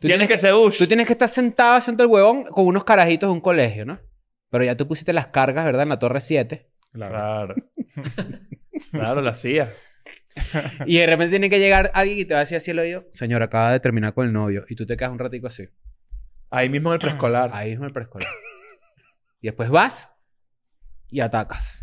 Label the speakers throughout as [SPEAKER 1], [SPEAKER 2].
[SPEAKER 1] Tienes que ser Bush.
[SPEAKER 2] Tú tienes que estar sentado haciendo el huevón con unos carajitos de un colegio, ¿no? Pero ya tú pusiste las cargas, ¿verdad? En la torre 7.
[SPEAKER 3] Claro.
[SPEAKER 1] Claro. claro, la hacía.
[SPEAKER 2] Y de repente tiene que llegar alguien y te va a decir así el oído. Señor, acaba de terminar con el novio. Y tú te quedas un ratico así.
[SPEAKER 1] Ahí mismo en el preescolar.
[SPEAKER 2] Ahí es el preescolar. y después vas y atacas.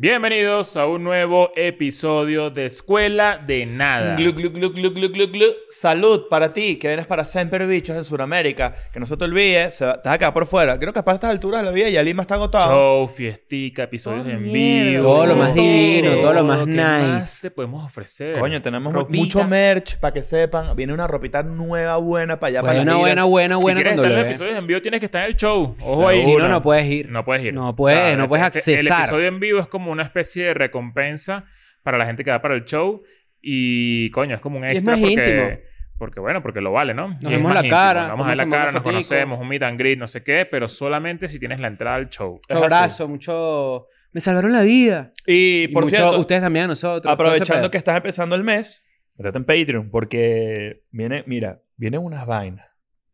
[SPEAKER 3] Bienvenidos a un nuevo episodio de Escuela de Nada.
[SPEAKER 1] Glu, glu, glu, glu, glu, glu, glu. Salud para ti, que vienes para Semper Bichos en Sudamérica. Que no se te olvide, se va- estás acá por fuera. Creo que para estas alturas de la vida ya Lima está agotado.
[SPEAKER 3] Show, fiestica, episodios
[SPEAKER 1] Todo
[SPEAKER 3] en
[SPEAKER 1] Oh, mierda.
[SPEAKER 3] vivo.
[SPEAKER 1] Todo lo más divino,
[SPEAKER 2] todo lo más
[SPEAKER 3] ¿Qué
[SPEAKER 2] nice.
[SPEAKER 3] más te podemos ofrecer?
[SPEAKER 1] Coño, tenemos mu-
[SPEAKER 3] Ropita.
[SPEAKER 1] mucho merch para que sepan. Viene una ropita nueva, buena para allá, para
[SPEAKER 2] Buena,
[SPEAKER 1] las
[SPEAKER 2] Pues buena,
[SPEAKER 1] giras.
[SPEAKER 2] buena,
[SPEAKER 3] Si
[SPEAKER 2] buena.
[SPEAKER 3] quieres
[SPEAKER 2] cuando
[SPEAKER 3] estar en
[SPEAKER 2] lo
[SPEAKER 3] los
[SPEAKER 2] veas.
[SPEAKER 3] episodios en vivo, tienes que estar en el show. Ojo
[SPEAKER 2] Claro,
[SPEAKER 3] ahí.
[SPEAKER 2] si no, no puedes ir.
[SPEAKER 3] No puedes ir.
[SPEAKER 2] No puedes,
[SPEAKER 3] Claro,
[SPEAKER 2] no puedes
[SPEAKER 3] es que
[SPEAKER 2] accesar.
[SPEAKER 3] este, El episodio en vivo es como una especie de recompensa para la gente que va para el show. Y, coño, es como un
[SPEAKER 2] es
[SPEAKER 3] extra
[SPEAKER 2] más
[SPEAKER 3] porque...
[SPEAKER 2] íntimo.
[SPEAKER 3] Porque, bueno, porque lo vale, ¿no? Y es
[SPEAKER 2] vemos
[SPEAKER 3] más
[SPEAKER 2] la
[SPEAKER 3] íntimo.
[SPEAKER 2] cara,
[SPEAKER 3] Vamos
[SPEAKER 2] vamos
[SPEAKER 3] a ver
[SPEAKER 2] a
[SPEAKER 3] la
[SPEAKER 2] tomar
[SPEAKER 3] cara, nos
[SPEAKER 2] fotico.
[SPEAKER 3] conocemos, un meet and greet, no sé qué, pero solamente si tienes la entrada al show.
[SPEAKER 1] Es
[SPEAKER 2] Mucho
[SPEAKER 1] así.
[SPEAKER 2] abrazo, mucho. Me salvaron la vida.
[SPEAKER 1] Y
[SPEAKER 2] Y
[SPEAKER 1] por
[SPEAKER 2] mucho-
[SPEAKER 1] cierto,
[SPEAKER 2] ustedes también a nosotros.
[SPEAKER 1] aprovechando
[SPEAKER 2] Todo ese
[SPEAKER 1] que estás empezando el mes, métete en Patreon porque viene, mira, vienen unas vainas.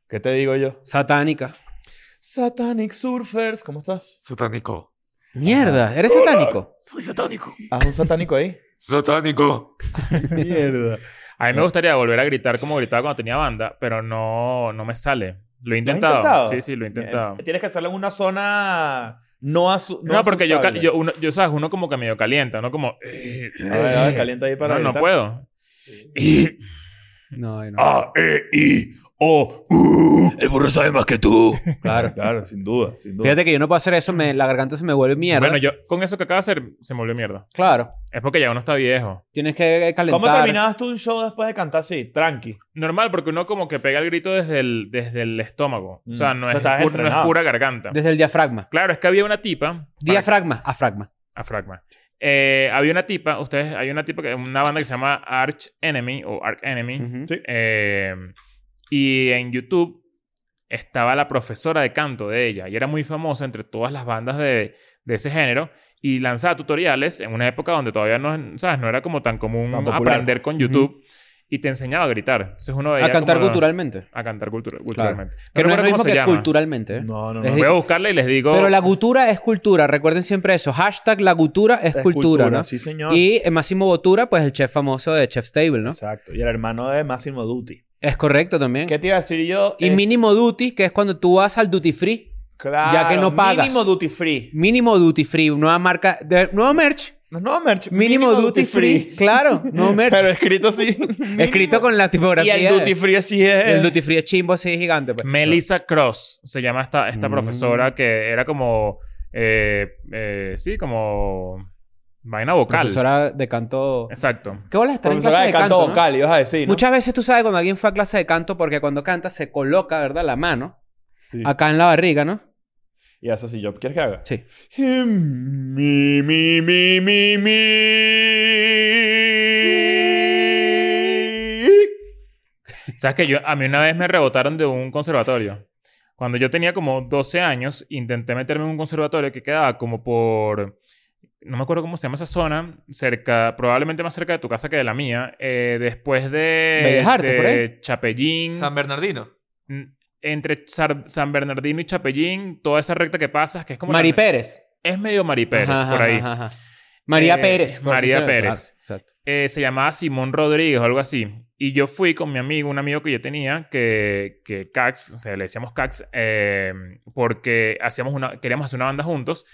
[SPEAKER 1] ¿Qué te digo yo?
[SPEAKER 2] pedo. Satánica.
[SPEAKER 1] Satanic Surfers, ¿cómo estás?
[SPEAKER 4] Satánico.
[SPEAKER 2] Mierda, eres satánico.
[SPEAKER 4] Soy satánico.
[SPEAKER 1] Haz un satánico ahí.
[SPEAKER 4] Satánico.
[SPEAKER 1] Mierda.
[SPEAKER 3] A mí
[SPEAKER 1] Eh.
[SPEAKER 3] me gustaría volver a gritar como gritaba cuando tenía banda, pero no, no me sale.
[SPEAKER 1] ¿Lo
[SPEAKER 3] Lo he
[SPEAKER 1] has
[SPEAKER 3] intentado.
[SPEAKER 1] intentado?
[SPEAKER 3] Sí, sí, lo he intentado.
[SPEAKER 1] Bien. Tienes que hacerlo en una zona no asu
[SPEAKER 3] No, porque yo, cal-
[SPEAKER 1] asustable.
[SPEAKER 3] yo, uno, yo, sabes, uno como que medio calienta, uno como... eh,
[SPEAKER 1] A ver, a ver,
[SPEAKER 3] eh.
[SPEAKER 1] calienta ahí para
[SPEAKER 3] no, no
[SPEAKER 1] gritar.
[SPEAKER 3] puedo.
[SPEAKER 2] No, no.
[SPEAKER 4] A, E, I, O, U. El burro sabe más que tú.
[SPEAKER 2] Claro.
[SPEAKER 1] Claro, sin duda, sin duda.
[SPEAKER 2] Fíjate que yo no puedo hacer eso, me, la garganta se me vuelve mierda.
[SPEAKER 3] Bueno, yo con eso que acaba de hacer, se me volvió mierda.
[SPEAKER 2] Claro.
[SPEAKER 3] Es porque ya uno está viejo.
[SPEAKER 2] Tienes que calentar.
[SPEAKER 1] ¿Cómo terminabas tú un show después de cantar así? Tranqui.
[SPEAKER 3] Normal, porque uno como que pega el grito desde el, desde el estómago. O sea,
[SPEAKER 1] Mm.
[SPEAKER 3] no,
[SPEAKER 1] O sea,
[SPEAKER 3] es,
[SPEAKER 1] estás
[SPEAKER 3] pu- no es
[SPEAKER 1] entrenado.
[SPEAKER 3] pura garganta.
[SPEAKER 2] Desde el diafragma.
[SPEAKER 3] Claro, es que había una tipa...
[SPEAKER 2] Diafragma, afragma.
[SPEAKER 3] Afragma. Eh, había una tipa, ustedes, hay una tipa, que, una banda que se llama Arch Enemy o Arch Enemy.
[SPEAKER 2] Ujú.
[SPEAKER 1] Sí.
[SPEAKER 3] Eh, y en YouTube estaba la profesora de canto de ella y era muy famosa entre todas las bandas de, de ese género y lanzaba tutoriales en una época donde todavía no, ¿sabes? no era como tan común
[SPEAKER 1] Tan popular.
[SPEAKER 3] aprender con YouTube y te enseñaba a gritar. Entonces uno veía
[SPEAKER 2] A cantar
[SPEAKER 3] como-
[SPEAKER 2] culturalmente.
[SPEAKER 3] A cantar cultura- culturalmente.
[SPEAKER 2] Que no, es
[SPEAKER 3] recuerdo
[SPEAKER 2] lo mismo
[SPEAKER 3] cómo se
[SPEAKER 2] que
[SPEAKER 3] llama.
[SPEAKER 2] culturalmente. ¿eh?
[SPEAKER 1] No, no, no.
[SPEAKER 2] Es
[SPEAKER 3] Voy a buscarla y les digo...
[SPEAKER 2] Pero la cultura es cultura. Recuerden siempre eso. Hashtag la cultura es,
[SPEAKER 1] Es
[SPEAKER 2] cultura, ¿no?
[SPEAKER 1] Sí, señor.
[SPEAKER 2] Y eh, Massimo Bottura, pues el chef famoso de Chef's Table, ¿no?
[SPEAKER 1] Exacto. Y el hermano de Máximo Duty.
[SPEAKER 2] Es correcto también.
[SPEAKER 1] ¿Qué te iba a decir yo?
[SPEAKER 2] Y
[SPEAKER 1] Es-
[SPEAKER 2] mínimo duty, que es cuando tú vas al duty free.
[SPEAKER 1] Claro,
[SPEAKER 2] ya que no pagas.
[SPEAKER 1] Mínimo Duty Free.
[SPEAKER 2] Mínimo duty free, nueva marca, de, nuevo merch.
[SPEAKER 1] No, no merch.
[SPEAKER 2] Mínimo, duty, free. Claro, nuevo
[SPEAKER 1] Pero
[SPEAKER 2] merch.
[SPEAKER 1] escrito así.
[SPEAKER 2] Escrito con la
[SPEAKER 1] Y
[SPEAKER 2] tipografía.
[SPEAKER 1] el Duty Free así es. eh,
[SPEAKER 2] free. El duty free es chimbo así gigante. Pues.
[SPEAKER 3] Melissa Cross se llama esta, esta
[SPEAKER 2] Mm.
[SPEAKER 3] profesora que era como. eh, eh, sí, como. Vaina vocal.
[SPEAKER 2] Profesora de canto.
[SPEAKER 3] Exacto.
[SPEAKER 2] ¿Qué bolas estar en
[SPEAKER 1] Profesora
[SPEAKER 2] clase
[SPEAKER 1] de canto,
[SPEAKER 2] ¿no?
[SPEAKER 1] vocal, ibas a decir, ¿no?
[SPEAKER 2] Muchas veces tú sabes cuando alguien fue a clase de canto porque cuando canta se coloca, ¿verdad? La mano
[SPEAKER 1] Sí.
[SPEAKER 2] acá en la barriga, ¿no?
[SPEAKER 1] Y haces así, yo ¿quieres que haga?
[SPEAKER 2] Ah. Sí.
[SPEAKER 1] Mi, mi, mi, mi, mi.
[SPEAKER 3] ¿Sabes que yo A mí una vez me rebotaron de un conservatorio. Cuando yo tenía como 12 años, intenté meterme en un conservatorio que quedaba como por. No me acuerdo cómo se llama esa zona, cerca, probablemente más cerca de tu casa que de la mía, eh, después de,
[SPEAKER 2] Bellas Artes,
[SPEAKER 3] de
[SPEAKER 2] por ahí.
[SPEAKER 3] Chapellín,
[SPEAKER 5] San Bernardino.
[SPEAKER 3] Mm, entre Sar- San Bernardino y Chapellín, toda esa recta que pasas, que es como...
[SPEAKER 2] Mari
[SPEAKER 3] la-
[SPEAKER 2] Pérez.
[SPEAKER 3] Es medio Mari Pérez,
[SPEAKER 2] Ajá,
[SPEAKER 3] por
[SPEAKER 2] ajá,
[SPEAKER 3] ahí.
[SPEAKER 2] ajá, ajá. María
[SPEAKER 3] Eh,
[SPEAKER 2] Pérez. por
[SPEAKER 3] María
[SPEAKER 2] así se llama.
[SPEAKER 3] Pérez.
[SPEAKER 2] Claro, exacto.
[SPEAKER 3] Eh, se llamaba Simón Rodríguez o algo así. Y yo fui con mi amigo, un amigo que yo tenía, que, que Cax, o sea, le decíamos Cax, eh, porque hacíamos una, queríamos hacer una banda juntos.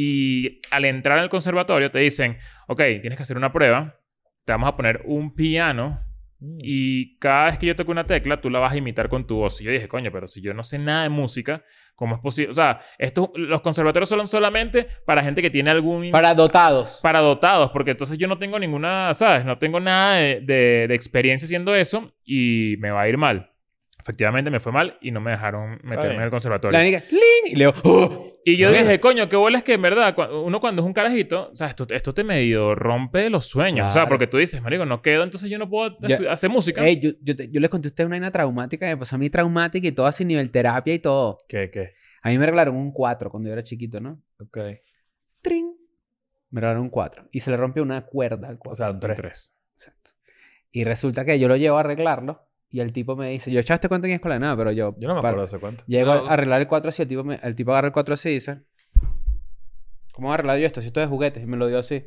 [SPEAKER 3] Y al entrar al conservatorio te dicen, ok, tienes que hacer una prueba, te vamos a poner un piano y cada vez que yo toque una tecla, tú la vas a imitar con tu voz. Y yo dije, coño, pero si yo no sé nada de música, ¿cómo es posible? O sea, estos, los conservatorios son solamente para gente que tiene algún...
[SPEAKER 2] Para dotados.
[SPEAKER 3] para dotados, porque entonces yo no tengo ninguna, ¿sabes? No tengo nada de, de- de experiencia haciendo eso y me va a ir mal. Efectivamente me fue mal y no me dejaron meterme
[SPEAKER 1] bien.
[SPEAKER 3] en el
[SPEAKER 2] La
[SPEAKER 3] conservatorio.
[SPEAKER 2] única, ¡ling! Y "Oh". leo.
[SPEAKER 3] Y yo
[SPEAKER 2] Mierda.
[SPEAKER 3] dije, coño, qué bola es que en verdad, cua- uno cuando es un carajito, o sea, esto, esto te medio rompe los sueños. O sea,
[SPEAKER 2] Claro.
[SPEAKER 3] porque tú dices, marico, no quedo, entonces yo no puedo
[SPEAKER 2] Ya.
[SPEAKER 3] estu- hacer música.
[SPEAKER 2] Ey, yo, yo, te- yo les conté a ustedes una vaina traumática que me pasó a mí traumática y todo así nivel terapia y todo.
[SPEAKER 1] ¿Qué, qué?
[SPEAKER 2] A mí me regalaron un 4 cuando yo era chiquito, ¿no?
[SPEAKER 1] Ok.
[SPEAKER 2] ¡Trin! Me regalaron un 4. Y se le rompió una cuerda al 4.
[SPEAKER 1] O sea, un
[SPEAKER 3] Un
[SPEAKER 1] 3.
[SPEAKER 3] tres.
[SPEAKER 2] Exacto. Y resulta que yo lo llevo a arreglarlo y el tipo me dice, yo echaba este cuento en escuela de nada, pero yo...
[SPEAKER 1] Yo no me
[SPEAKER 2] par-
[SPEAKER 1] acuerdo de ese cuento.
[SPEAKER 2] Llego
[SPEAKER 5] No.
[SPEAKER 2] a arreglar el 4 así, el tipo, me- el tipo agarra el 4 así y dice, ¿cómo voy a arreglar yo esto? Si esto es de juguetes. Y me lo dio así.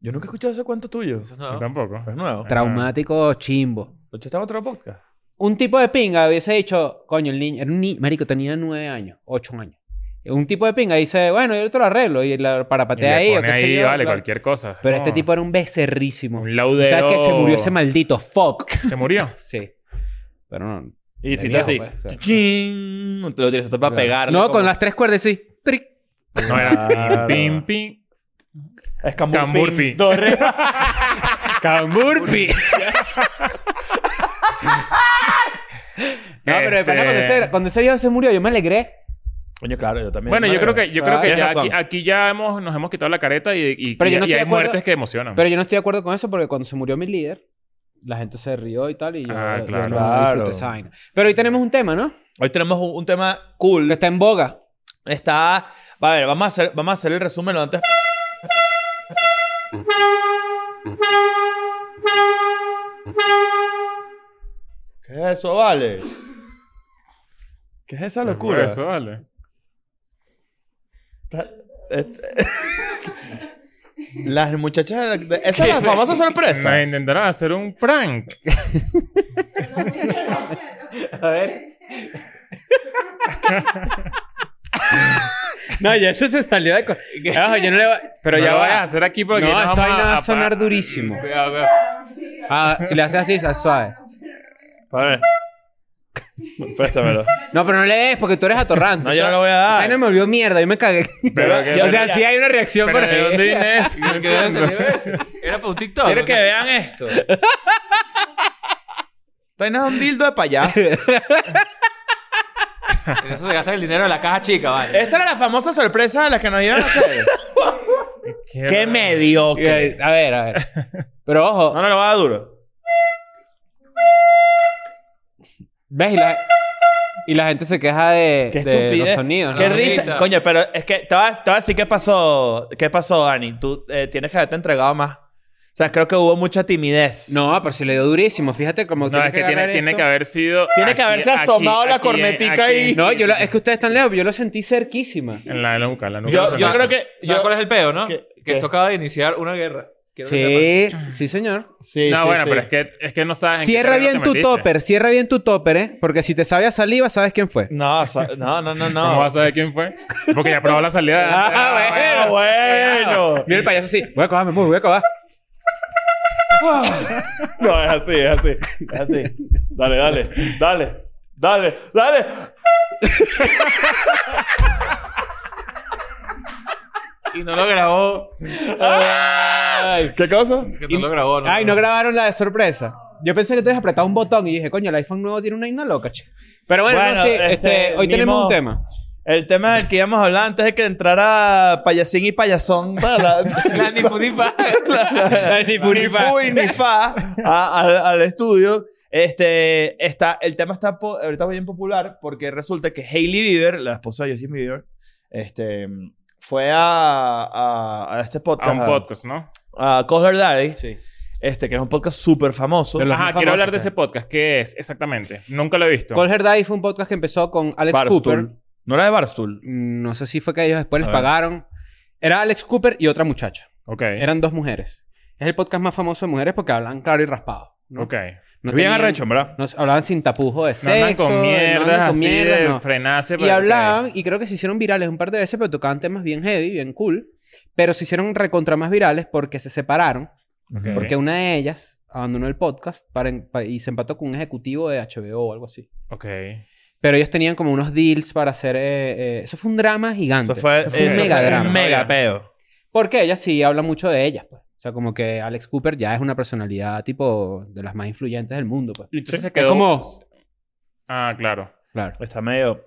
[SPEAKER 1] Yo nunca he escuchado ese cuento tuyo.
[SPEAKER 5] Eso es
[SPEAKER 3] Yo
[SPEAKER 5] nuevo.
[SPEAKER 3] tampoco.
[SPEAKER 2] Pues,
[SPEAKER 1] Es nuevo.
[SPEAKER 2] Ah.
[SPEAKER 3] Ajá.
[SPEAKER 2] Traumático chimbo.
[SPEAKER 1] Lo echaste en otro podcast.
[SPEAKER 2] Un tipo de pinga hubiese dicho, coño, el niño, era un niño, marico, tenía nueve años, ocho años. Un tipo de pinga dice, bueno, yo te lo arreglo y la
[SPEAKER 3] Y
[SPEAKER 2] parapatea
[SPEAKER 3] le
[SPEAKER 2] ahí o
[SPEAKER 3] pone
[SPEAKER 2] qué sé
[SPEAKER 3] ahí,
[SPEAKER 2] yo,
[SPEAKER 3] vale,
[SPEAKER 2] bla.
[SPEAKER 3] cualquier cosa.
[SPEAKER 2] Pero este
[SPEAKER 3] No,
[SPEAKER 2] tipo era un becerrísimo.
[SPEAKER 3] Un
[SPEAKER 2] O sea,
[SPEAKER 3] laudero...
[SPEAKER 2] que se murió ese maldito fuck.
[SPEAKER 3] ¿Se murió?
[SPEAKER 2] Sí. Pero no.
[SPEAKER 1] Y si
[SPEAKER 2] de
[SPEAKER 1] te así.
[SPEAKER 2] viejo, pues, o sea.
[SPEAKER 1] ¡Chin! Te lo tienes esto para pegar.
[SPEAKER 2] No, con las tres cuerdas sí. Tric.
[SPEAKER 3] No,
[SPEAKER 1] Claro.
[SPEAKER 3] era pim, pim, pim.
[SPEAKER 1] Es cambur.
[SPEAKER 3] Cambur, pi.
[SPEAKER 1] Torre.
[SPEAKER 2] Camburpi. No, pero de pana, cuando,
[SPEAKER 3] Este-
[SPEAKER 2] ese, cuando ese viejo se murió, yo me alegré.
[SPEAKER 1] Coño, claro, yo también.
[SPEAKER 3] Bueno, yo creo que, yo creo que
[SPEAKER 1] Tienes
[SPEAKER 3] ya
[SPEAKER 1] razón.
[SPEAKER 3] aquí, aquí ya hemos, nos hemos quitado la careta y, y,
[SPEAKER 2] Pero
[SPEAKER 3] y-
[SPEAKER 2] yo no
[SPEAKER 3] y
[SPEAKER 2] estoy de
[SPEAKER 3] hay
[SPEAKER 2] acuerdo-
[SPEAKER 3] muertes que emocionan.
[SPEAKER 2] Pero yo no estoy de acuerdo con eso porque cuando se murió mi líder, la gente se rió y tal. Y yo,
[SPEAKER 3] Ah,
[SPEAKER 2] yo
[SPEAKER 3] claro.
[SPEAKER 2] no
[SPEAKER 1] Claro.
[SPEAKER 2] disfruté esa vaina. Pero hoy tenemos un tema, ¿no?
[SPEAKER 1] Hoy tenemos un, un tema
[SPEAKER 2] Que
[SPEAKER 1] cool.
[SPEAKER 2] está en boga.
[SPEAKER 1] Está. A ver, vamos a hacer, vamos a hacer el resumen lo antes. ¿Qué es eso, vale? ¿Qué es esa
[SPEAKER 3] Por
[SPEAKER 1] locura?
[SPEAKER 3] Pues Eso, vale.
[SPEAKER 1] Ta- este- Las muchachas. de la- de- Esa es la famosa sorpresa.
[SPEAKER 3] Nos intentaron hacer un prank.
[SPEAKER 2] A ver. No, ya esto se salió de. co- Ojo, yo no le voy- Pero
[SPEAKER 3] Ah, No
[SPEAKER 2] ya
[SPEAKER 3] lo
[SPEAKER 2] va.
[SPEAKER 3] vayas a hacer aquí porque
[SPEAKER 2] no,
[SPEAKER 3] nos
[SPEAKER 2] esta
[SPEAKER 3] vamos
[SPEAKER 2] vaina va a
[SPEAKER 3] pa-
[SPEAKER 2] sonar durísimo.
[SPEAKER 5] Cuidado, cuidado.
[SPEAKER 2] Ah, si le haces así, es suave.
[SPEAKER 1] A ver. Préstamelo.
[SPEAKER 2] No, pero no le des porque tú eres atorrante.
[SPEAKER 1] No, yo no lo
[SPEAKER 2] a
[SPEAKER 1] voy a
[SPEAKER 2] Ay, no
[SPEAKER 1] dar.
[SPEAKER 2] me volvió mierda, yo me cagué.
[SPEAKER 3] Pero que-
[SPEAKER 2] o sea,
[SPEAKER 3] pero-
[SPEAKER 2] sí hay una reacción
[SPEAKER 3] ¿Pero
[SPEAKER 2] por
[SPEAKER 3] de
[SPEAKER 2] ahí.
[SPEAKER 3] dónde viene eso? No entiendo.
[SPEAKER 5] Era para un TikTok.
[SPEAKER 1] Quiero que vean esto. Tienes un dildo de payaso.
[SPEAKER 5] En eso se gasta el dinero de la caja chica, vale.
[SPEAKER 1] Esta era la famosa sorpresa de las que nos iban a hacer. ¡Qué mediocre!
[SPEAKER 2] A ver, a ver. Pero ojo,
[SPEAKER 1] No, no, lo va a dar duro.
[SPEAKER 2] ¿ves? Y la, y la gente se queja de,
[SPEAKER 1] ¡Qué
[SPEAKER 2] de los
[SPEAKER 1] estupidez!
[SPEAKER 2] sonidos,
[SPEAKER 1] ¡Qué
[SPEAKER 2] ¿no?
[SPEAKER 1] risa!
[SPEAKER 5] Ahorita.
[SPEAKER 1] Coño, pero es que te voy a, te voy a decir qué pasó, qué pasó, Dani. Tú eh, tienes que haberte entregado más. O sea, creo que hubo mucha timidez.
[SPEAKER 2] No, pero si le dio durísimo. Fíjate cómo
[SPEAKER 3] No, es que tiene,
[SPEAKER 2] agarrar
[SPEAKER 3] tiene
[SPEAKER 2] esto.
[SPEAKER 3] que haber sido.
[SPEAKER 1] Tiene que haberse asomado la cornetica ahí.
[SPEAKER 2] No, yo lo- es que ustedes están lejos, pero yo lo sentí cerquísima.
[SPEAKER 3] En la nuca, en la nuca.
[SPEAKER 1] Yo,
[SPEAKER 3] lo
[SPEAKER 1] yo
[SPEAKER 3] sonaste.
[SPEAKER 1] creo que.
[SPEAKER 5] ¿Sabes
[SPEAKER 1] yo-
[SPEAKER 5] cuál es el peo, no?
[SPEAKER 1] ¿Qué?
[SPEAKER 5] Que
[SPEAKER 1] ¿Qué?
[SPEAKER 5] esto acaba de iniciar una guerra. Quiero que sepas.
[SPEAKER 2] Sí, sí, señor.
[SPEAKER 1] Sí,
[SPEAKER 3] no,
[SPEAKER 1] sí,
[SPEAKER 3] bueno,
[SPEAKER 1] sí.
[SPEAKER 3] pero es que, es que no sabes. en qué
[SPEAKER 2] Cierra
[SPEAKER 3] terreno
[SPEAKER 2] bien
[SPEAKER 3] te
[SPEAKER 2] tu
[SPEAKER 3] metiste.
[SPEAKER 2] topper, cierra bien tu topper, ¿eh? Porque si te sabía saliva, sabes quién fue.
[SPEAKER 1] No, sa- no, no, no.
[SPEAKER 3] ¿Cómo
[SPEAKER 1] no.
[SPEAKER 3] vas a saber quién fue? Porque ya probó la salida. de antes.
[SPEAKER 1] Ah, bueno.
[SPEAKER 2] Mira el payaso así. Voy a coger, mi amor, voy a coger.
[SPEAKER 1] No, es así, es así. Es así. Dale, dale, dale, dale, dale.
[SPEAKER 5] Y no lo grabó.
[SPEAKER 1] ¿Qué cosa?
[SPEAKER 5] Que no lo grabó.
[SPEAKER 2] Ay, no grabaron la de sorpresa. Yo pensé que tú habías apretado un botón y dije, coño, el iPhone nuevo tiene una vaina loca, che. Pero bueno,
[SPEAKER 1] Bueno,
[SPEAKER 2] no, sí,
[SPEAKER 1] este,
[SPEAKER 2] este, hoy
[SPEAKER 1] ni
[SPEAKER 2] tenemos
[SPEAKER 1] modo.
[SPEAKER 2] un tema.
[SPEAKER 1] El tema del que íbamos a hablar antes de que entrara payasín y payasón para la-
[SPEAKER 5] La ni punipa.
[SPEAKER 1] ni fu y ni fa a- al- al estudio. Este, está, el tema está po- ahorita bien popular porque resulta que Hailey Bieber, la esposa de Justin Bieber, este, fue a, a, a este podcast,
[SPEAKER 3] A un podcast, ¿no?
[SPEAKER 1] a Call Her Daddy,
[SPEAKER 2] Sí.
[SPEAKER 1] este, que es un podcast súper famoso.
[SPEAKER 2] Pero- Los
[SPEAKER 3] Ajá,
[SPEAKER 2] más
[SPEAKER 3] quiero hablar de
[SPEAKER 2] famosos,
[SPEAKER 3] ese podcast. ¿Qué es exactamente? Nunca lo he visto.
[SPEAKER 2] Call Her Daddy fue un podcast que empezó con Alex Cooper.
[SPEAKER 1] Barstool. No era de Barstool.
[SPEAKER 2] Mm, No sé si fue que ellos después les
[SPEAKER 1] A ver.
[SPEAKER 2] pagaron. Era Alex Cooper y otra muchacha.
[SPEAKER 3] Ok.
[SPEAKER 2] Eran dos mujeres. Es el podcast más famoso de mujeres porque hablan claro y raspado. ¿no?
[SPEAKER 3] Ok.
[SPEAKER 2] No
[SPEAKER 1] bien
[SPEAKER 2] tenían-
[SPEAKER 1] arrecho, en ¿verdad?
[SPEAKER 2] no, hablaban sin tapujo de
[SPEAKER 3] No andan
[SPEAKER 2] sexo.
[SPEAKER 3] con mierdas
[SPEAKER 2] no andan con
[SPEAKER 3] así
[SPEAKER 2] mierdas,
[SPEAKER 3] de
[SPEAKER 2] no.
[SPEAKER 3] frenarse.
[SPEAKER 2] Y
[SPEAKER 3] pero-
[SPEAKER 2] hablaban,
[SPEAKER 3] ok.
[SPEAKER 2] y creo que se hicieron virales un par de veces, pero tocaban temas bien heavy, bien cool. Pero se hicieron recontra más virales porque se separaron.
[SPEAKER 3] Ok.
[SPEAKER 2] Porque una de ellas abandonó el podcast para, en- pa- y se empató con un ejecutivo de HBO o algo así.
[SPEAKER 3] Ok.
[SPEAKER 2] Pero ellos tenían como unos deals para hacer... eh, eh, eso fue un drama gigante.
[SPEAKER 1] Eso fue, eh,
[SPEAKER 2] Eso fue un
[SPEAKER 1] eso
[SPEAKER 2] mega
[SPEAKER 1] fue
[SPEAKER 2] drama.
[SPEAKER 1] un mega peo.
[SPEAKER 2] Porque ella sí habla mucho de ella, pues. O sea, como que Alex Cooper ya es una personalidad tipo de las más influyentes del mundo, pues.
[SPEAKER 3] Y entonces se
[SPEAKER 2] Es
[SPEAKER 3] quedó. pues.
[SPEAKER 2] como...
[SPEAKER 3] Ah, claro.
[SPEAKER 2] Claro.
[SPEAKER 1] Está medio...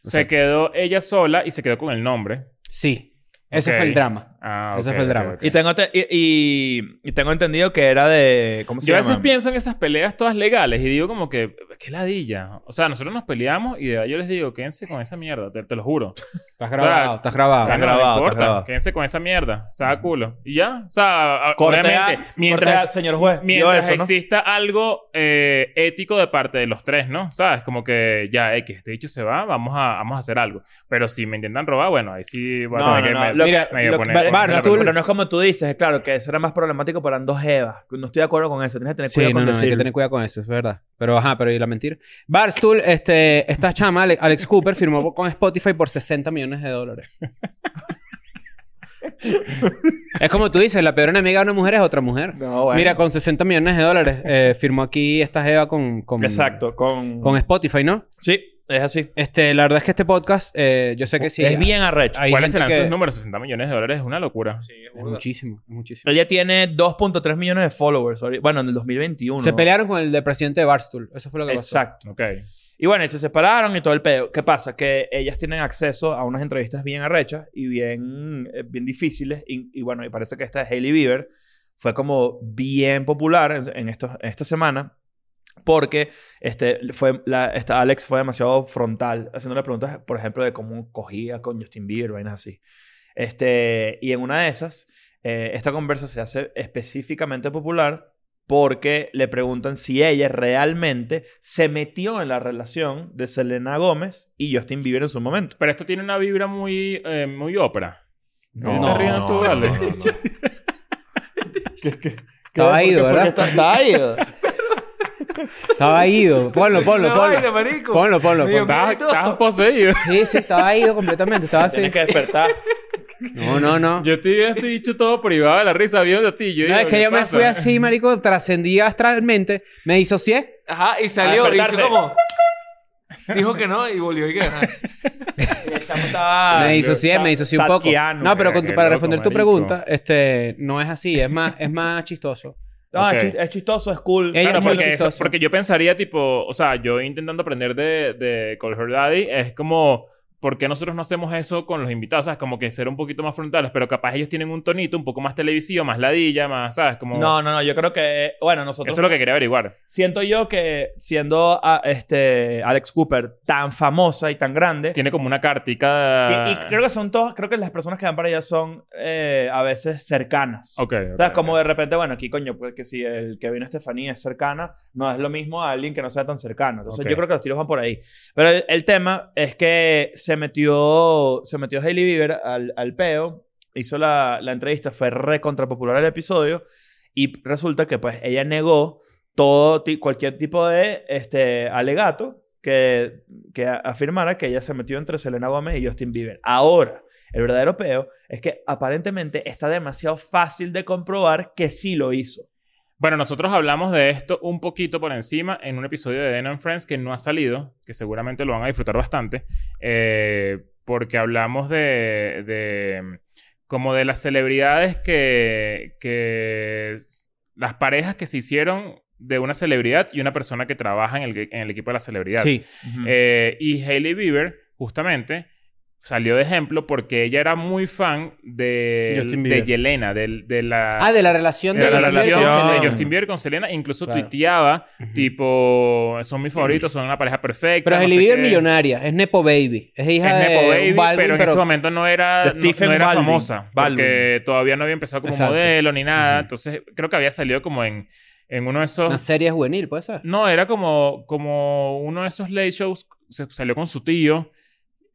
[SPEAKER 3] Se quedó ella sola y se quedó con el nombre.
[SPEAKER 2] Sí. Ese
[SPEAKER 3] Ok.
[SPEAKER 2] fue el drama.
[SPEAKER 3] Ah,
[SPEAKER 2] Ese
[SPEAKER 3] ok,
[SPEAKER 2] fue el
[SPEAKER 3] ok,
[SPEAKER 2] drama.
[SPEAKER 3] ok.
[SPEAKER 1] Y tengo, te- y, y- y tengo entendido que era de... ¿Cómo se
[SPEAKER 3] Yo a
[SPEAKER 1] llama?
[SPEAKER 3] veces pienso en esas peleas todas legales y digo como que qué ladilla. O sea, nosotros nos peleamos y de verdad yo les digo, quédense con esa mierda, te, te lo juro.
[SPEAKER 2] Estás grabado, estás grabado.
[SPEAKER 3] Bueno,
[SPEAKER 1] grabado,
[SPEAKER 3] no
[SPEAKER 1] está
[SPEAKER 3] importa,
[SPEAKER 1] grabado.
[SPEAKER 3] quédense con esa mierda, o sea, culo. Y ya, o sea, a-
[SPEAKER 1] Corte
[SPEAKER 3] obviamente,
[SPEAKER 1] A, corte A,
[SPEAKER 3] mientras,
[SPEAKER 1] señor juez. Vio
[SPEAKER 3] mientras
[SPEAKER 1] eso, ¿no?
[SPEAKER 3] exista algo eh, ético de parte de los tres, ¿no? ¿Sabes? Como que ya, X, este dicho se va, vamos a, vamos a hacer algo. Pero si me intentan robar, bueno, ahí sí voy a
[SPEAKER 1] No,
[SPEAKER 3] tener
[SPEAKER 1] no, no,
[SPEAKER 3] que me-
[SPEAKER 1] lo-
[SPEAKER 2] Mira,
[SPEAKER 3] me voy a
[SPEAKER 2] lo-
[SPEAKER 3] poner-
[SPEAKER 2] Bar-
[SPEAKER 3] poner
[SPEAKER 2] Bar-
[SPEAKER 3] la
[SPEAKER 1] Pero,
[SPEAKER 2] tú-
[SPEAKER 3] película.
[SPEAKER 1] pero no es como tú dices, claro, que eso era más problemático para dos Evas. No estoy de acuerdo con eso. Tienes que tener
[SPEAKER 2] Sí,
[SPEAKER 1] cuidado
[SPEAKER 2] no,
[SPEAKER 1] con
[SPEAKER 2] no, hay
[SPEAKER 1] decirlo.
[SPEAKER 2] que tener cuidado con eso, es verdad. Pero ajá, pero y la mentira. Barstool, este, esta chama, Ale- Alex Cooper, firmó con Spotify por 60 millones de dólares. es como tú dices, la peor enemiga de una mujer es otra mujer.
[SPEAKER 1] No, bueno.
[SPEAKER 2] Mira, con 60 millones de dólares eh, firmó aquí esta Jeva con, con,
[SPEAKER 1] Exacto, con...
[SPEAKER 2] con Spotify, ¿no?
[SPEAKER 1] Sí, es así.
[SPEAKER 2] Este, la verdad es que este podcast, eh, yo sé que sí.
[SPEAKER 1] es bien arrecho.
[SPEAKER 2] hay
[SPEAKER 3] ¿Cuáles
[SPEAKER 2] gente
[SPEAKER 3] serán
[SPEAKER 2] que-
[SPEAKER 3] sus números? 60 millones de dólares es una locura.
[SPEAKER 2] Es muchísimo, es muchísimo.
[SPEAKER 1] Ella tiene 2.3 millones de followers. ahorita- Bueno, en el 2021.
[SPEAKER 2] Se pelearon con el de presidente de Barstool. Eso fue lo que
[SPEAKER 1] Exacto.
[SPEAKER 3] Ok.
[SPEAKER 1] Y bueno, y se separaron y todo el pedo. ¿Qué pasa? Que ellas tienen acceso a unas entrevistas bien arrechas y bien, eh, bien difíciles. Y, y bueno, y parece que esta de Hailey Bieber fue como bien popular en, en estos, esta semana. Porque este, fue la, esta Alex fue demasiado frontal haciéndole preguntas, por ejemplo, de cómo cogía con Justin Bieber, vainas así. Este, y en una de esas, eh, esta conversa se hace específicamente popular porque le preguntan si ella realmente se metió en la relación de Selena Gómez y Justin Bieber en su momento.
[SPEAKER 3] Pero esto tiene una vibra muy, eh, muy ópera.
[SPEAKER 1] No.
[SPEAKER 3] ¿Te estás riendo tú, Ale?
[SPEAKER 2] Estaba ido,
[SPEAKER 1] ¿Por qué- por qué
[SPEAKER 2] ¿verdad?
[SPEAKER 1] está- está ido?
[SPEAKER 2] pasó. Estaba ido. Ponlo, ponlo,
[SPEAKER 5] Una vaina,
[SPEAKER 2] ponlo.
[SPEAKER 5] marico.
[SPEAKER 2] Ponlo, ponlo,
[SPEAKER 5] Dios
[SPEAKER 2] ponlo.
[SPEAKER 5] mío,
[SPEAKER 3] Estás
[SPEAKER 5] y todo.
[SPEAKER 3] estás poseído.
[SPEAKER 2] Sí, sí, estaba ido completamente. Estaba así.
[SPEAKER 1] Tienes que despertar.
[SPEAKER 2] No, no, no.
[SPEAKER 3] Yo te había dicho todo privado de la risa, viendo a ti. Yo
[SPEAKER 2] No,
[SPEAKER 3] digo,
[SPEAKER 2] es que
[SPEAKER 3] ¿qué
[SPEAKER 2] yo me
[SPEAKER 3] pasa?
[SPEAKER 2] fui así, marico, trascendí astralmente, me disocié.
[SPEAKER 5] Ajá, y salió.
[SPEAKER 1] A
[SPEAKER 5] Y hizo
[SPEAKER 1] despertarse.
[SPEAKER 5] como... Dijo que no y volvió. Y que... ajá.
[SPEAKER 1] El chamo estaba-
[SPEAKER 2] me disocié, me disocié un poco.
[SPEAKER 1] Satkiano.
[SPEAKER 2] No, pero con tu-
[SPEAKER 3] Ah, qué
[SPEAKER 2] para
[SPEAKER 3] loco,
[SPEAKER 2] responder tu
[SPEAKER 3] marico.
[SPEAKER 2] pregunta, este, no es así, es más, es más chistoso.
[SPEAKER 1] No, es
[SPEAKER 3] Ok.
[SPEAKER 1] chis- es chistoso, es cool.
[SPEAKER 2] Ella-
[SPEAKER 3] Claro,
[SPEAKER 2] es muy
[SPEAKER 3] porque, eso-
[SPEAKER 2] chistoso.
[SPEAKER 3] porque yo pensaría, tipo, o sea, yo intentando aprender de, de Call Her Daddy, es como, ¿por qué nosotros no hacemos eso con los invitados? ¿Sabes? Como que ser un poquito más frontales, pero capaz ellos tienen un tonito un poco más televisivo, más ladilla, más, ¿sabes? Como,
[SPEAKER 1] No, no, no, yo creo que, bueno,
[SPEAKER 3] eso
[SPEAKER 1] nosotros...
[SPEAKER 3] es lo que quería averiguar.
[SPEAKER 1] Siento yo que siendo a- este, Alex Cooper tan famosa y tan grande,
[SPEAKER 3] Tiene como una cartica.
[SPEAKER 1] que- y creo que son todos, creo que las personas que van para allá son eh, a veces cercanas.
[SPEAKER 3] Ok. ok,
[SPEAKER 1] O sea,
[SPEAKER 3] ok.
[SPEAKER 1] como de repente, bueno, aquí coño, pues que si el que vino Estefanía es cercana, no es lo mismo a alguien que no sea tan cercano. Entonces
[SPEAKER 3] Ok.
[SPEAKER 1] yo creo que los tiros van por ahí. Pero el, el tema es que se metió, se metió Hailey Bieber al, al peo, hizo la, la entrevista, fue recontrapopular el episodio y resulta que pues ella negó todo, ti- cualquier tipo de este, alegato que, que a- afirmara que ella se metió entre Selena Gómez y Justin Bieber. Ahora, el verdadero peo es que aparentemente está demasiado fácil de comprobar que sí lo hizo.
[SPEAKER 3] Bueno, nosotros hablamos de esto un poquito por encima en un episodio de Den and Friends que no ha salido, que seguramente lo van a disfrutar bastante, eh, porque hablamos de, de- mm, como de las celebridades que, que s- las parejas que se hicieron de una celebridad y una persona que trabaja en el, en el equipo de la celebridad.
[SPEAKER 2] Sí.
[SPEAKER 3] Eh, y Hailey Bieber, justamente, salió de ejemplo porque ella era muy fan de,
[SPEAKER 2] Justin
[SPEAKER 3] de
[SPEAKER 2] Bieber.
[SPEAKER 3] Yelena, de, de la...
[SPEAKER 2] Ah, de la relación de,
[SPEAKER 3] Era la
[SPEAKER 1] Justin
[SPEAKER 3] relación
[SPEAKER 1] Bieber con
[SPEAKER 3] de
[SPEAKER 1] Selena.
[SPEAKER 3] Justin Bieber con Selena. Incluso
[SPEAKER 2] Claro.
[SPEAKER 3] tuiteaba,
[SPEAKER 2] Ujú.
[SPEAKER 3] tipo, son mis favoritos, son una pareja perfecta.
[SPEAKER 2] Pero
[SPEAKER 3] no
[SPEAKER 2] es
[SPEAKER 3] sé
[SPEAKER 2] Bieber
[SPEAKER 3] qué.
[SPEAKER 2] millonaria, es Nepo Baby, es
[SPEAKER 3] Es
[SPEAKER 2] hija
[SPEAKER 3] Nepo
[SPEAKER 2] de
[SPEAKER 3] Baby,
[SPEAKER 2] un Baldwin,
[SPEAKER 3] pero en ese momento no era,
[SPEAKER 1] De
[SPEAKER 3] no-
[SPEAKER 1] Stephen
[SPEAKER 3] no era
[SPEAKER 1] Baldwin.
[SPEAKER 3] famosa. Porque
[SPEAKER 1] Baldwin.
[SPEAKER 3] todavía no había empezado como
[SPEAKER 2] Exacto.
[SPEAKER 3] modelo ni nada.
[SPEAKER 2] Ujú.
[SPEAKER 3] Entonces, creo que había salido como en, en uno
[SPEAKER 2] una
[SPEAKER 3] de esos...
[SPEAKER 2] serie juvenil, puede ser.
[SPEAKER 3] No, era como, como uno de esos late shows. Se, salió con su tío,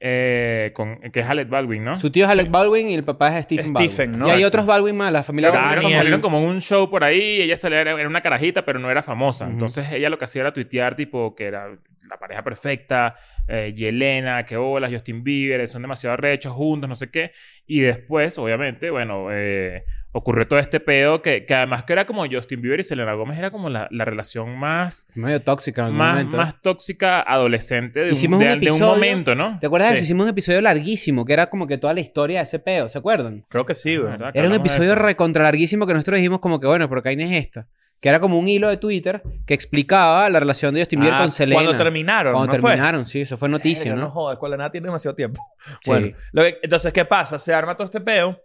[SPEAKER 3] eh, con, que es Alec Baldwin, ¿no?
[SPEAKER 2] Su tío es Alec Baldwin y el papá es Stephen Baldwin.
[SPEAKER 1] ¿Ah? Stephen, ¿no?
[SPEAKER 2] Y hay
[SPEAKER 1] Exacto.
[SPEAKER 2] otros Baldwin más, la familia
[SPEAKER 3] Pero
[SPEAKER 1] Daniel.
[SPEAKER 3] salieron
[SPEAKER 2] Baldwin.
[SPEAKER 3] como- salieron como un show por ahí, ella salía, era era una carajita, pero no era famosa.
[SPEAKER 2] Ujú.
[SPEAKER 3] Entonces ella lo que hacía era tuitear, tipo, que era la pareja perfecta, eh, Yelena, que olas, Justin Bieber, son demasiado rechos juntos, no sé qué. Y después, obviamente, bueno, eh, ocurrió todo este pedo que, que además que era como Justin Bieber y Selena Gómez, era como la, la relación más,
[SPEAKER 2] Medio tóxica en algún
[SPEAKER 3] más,
[SPEAKER 2] momento.
[SPEAKER 3] más tóxica adolescente de, un,
[SPEAKER 2] Hicimos un
[SPEAKER 3] de- de un
[SPEAKER 2] episodio-
[SPEAKER 3] momento, ¿no?
[SPEAKER 2] ¿Te acuerdas de
[SPEAKER 1] Sí.
[SPEAKER 2] eso? Hicimos un episodio larguísimo que era como que toda la historia de ese peo, ¿se acuerdan?
[SPEAKER 1] Creo que sí, güey.
[SPEAKER 3] ¿Verdad? Que
[SPEAKER 2] Era un
[SPEAKER 3] hablamos de
[SPEAKER 2] episodio
[SPEAKER 3] eso.
[SPEAKER 2] recontra larguísimo que nosotros dijimos como que, bueno, pero qué es esta. Que era como un hilo de Twitter que explicaba la relación de Justin Bieber
[SPEAKER 1] Ah,
[SPEAKER 2] con Selena.
[SPEAKER 1] Cuando terminaron,
[SPEAKER 2] Cuando
[SPEAKER 1] ¿no fue?
[SPEAKER 2] terminaron, sí. Eso fue noticia,
[SPEAKER 1] Verga, No
[SPEAKER 2] ¿no?
[SPEAKER 1] jodas, cual nada tiene demasiado tiempo.
[SPEAKER 2] Sí.
[SPEAKER 1] Bueno, lo que- entonces, ¿qué pasa? Se arma todo este peo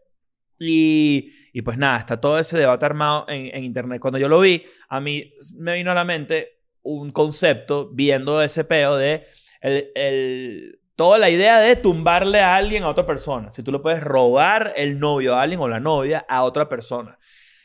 [SPEAKER 1] y, y pues nada, está todo ese debate armado en, en internet. Cuando yo lo vi, a mí me vino a la mente un concepto viendo ese peo de el, el- toda la idea de tumbarle a alguien a otra persona. Si tú le puedes robar el novio a alguien o la novia a otra persona.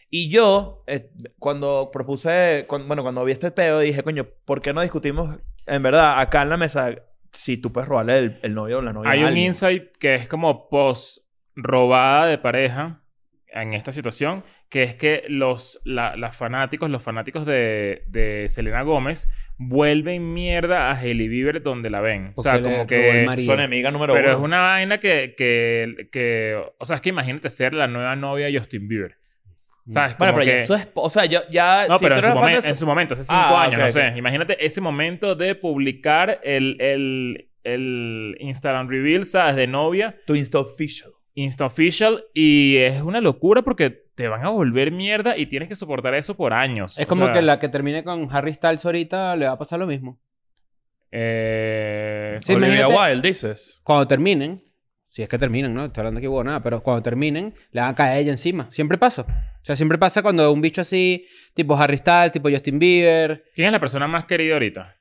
[SPEAKER 1] Y yo, eh, cuando propuse, cuan- bueno, cuando vi este peo, dije, coño, ¿por qué no discutimos en verdad acá en la mesa si tú puedes robarle el, el novio o la novia
[SPEAKER 3] Hay
[SPEAKER 1] a
[SPEAKER 3] un
[SPEAKER 1] alguien?
[SPEAKER 3] insight que es como post robada de pareja en esta situación, que es que los la- las fanáticos, los fanáticos de, de Selena Gómez vuelven mierda a Hailey Bieber donde la ven. o sea,
[SPEAKER 2] Porque le
[SPEAKER 3] como
[SPEAKER 2] robó el
[SPEAKER 3] que...
[SPEAKER 2] marido.
[SPEAKER 1] Su enemiga número
[SPEAKER 3] Pero
[SPEAKER 1] uno.
[SPEAKER 3] es una vaina que, que, que... O sea, es que imagínate ser la nueva novia de Justin Bieber. ¿Sabes?
[SPEAKER 1] Mm. Bueno,
[SPEAKER 3] Como
[SPEAKER 1] pero ya
[SPEAKER 3] que-
[SPEAKER 1] eso es... O sea, yo ya...
[SPEAKER 3] No,
[SPEAKER 1] si
[SPEAKER 3] pero
[SPEAKER 1] tú
[SPEAKER 3] en su,
[SPEAKER 1] eres fan de
[SPEAKER 3] momen-
[SPEAKER 1] eso-
[SPEAKER 3] en su momento, hace cinco
[SPEAKER 1] Ah,
[SPEAKER 3] años,
[SPEAKER 1] ok,
[SPEAKER 3] no sé. Imagínate ese momento de publicar el, el, el Instagram Reveal, ¿sabes? De novia,
[SPEAKER 1] tu Insta official.
[SPEAKER 3] Insta Official, y es una locura porque te van a volver mierda y tienes que soportar eso por años.
[SPEAKER 2] Es
[SPEAKER 3] O
[SPEAKER 2] como
[SPEAKER 3] sea,
[SPEAKER 2] que la que termine con Harry Styles ahorita le va a pasar lo mismo.
[SPEAKER 3] eh,
[SPEAKER 2] Sí,
[SPEAKER 1] Olivia
[SPEAKER 2] imagínate-
[SPEAKER 1] Wilde, dices.
[SPEAKER 2] Cuando terminen, si es que terminan, ¿no? Estoy hablando aquí huevo nada, pero cuando terminen, le van a caer a ella encima. Siempre pasa. O sea, siempre pasa cuando un bicho así, tipo Harry Styles, tipo Justin Bieber.
[SPEAKER 3] ¿Quién es la persona más querida ahorita?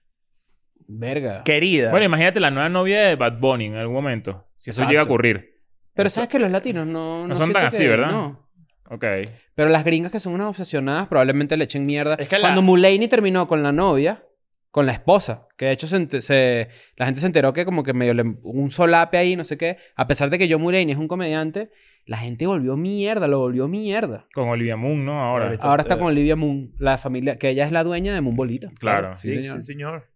[SPEAKER 2] Verga.
[SPEAKER 1] Querida.
[SPEAKER 3] Bueno, imagínate la nueva novia de Bad Bunny en algún momento. Si eso
[SPEAKER 2] Exacto.
[SPEAKER 3] llega a ocurrir.
[SPEAKER 2] Pero sabes que los latinos no. No,
[SPEAKER 3] son
[SPEAKER 2] siento
[SPEAKER 3] tan así,
[SPEAKER 2] que-
[SPEAKER 3] ¿verdad?
[SPEAKER 2] No.
[SPEAKER 3] Ok.
[SPEAKER 2] Pero las gringas que son unas obsesionadas probablemente le echen mierda.
[SPEAKER 1] Es que la-
[SPEAKER 2] Cuando Mulaney terminó con la novia, con la esposa, que de hecho se ente- se- la gente se enteró que como que medio le- un solape ahí, no sé qué. A pesar de que John Mulaney es un comediante, la gente volvió mierda, lo volvió mierda.
[SPEAKER 3] Con Olivia Moon, ¿no? Ahora.
[SPEAKER 1] Ahorita.
[SPEAKER 2] Ahora está con Olivia Moon, la familia, que ella es la dueña de Moon Bolita.
[SPEAKER 3] Claro.
[SPEAKER 2] Sí, señor.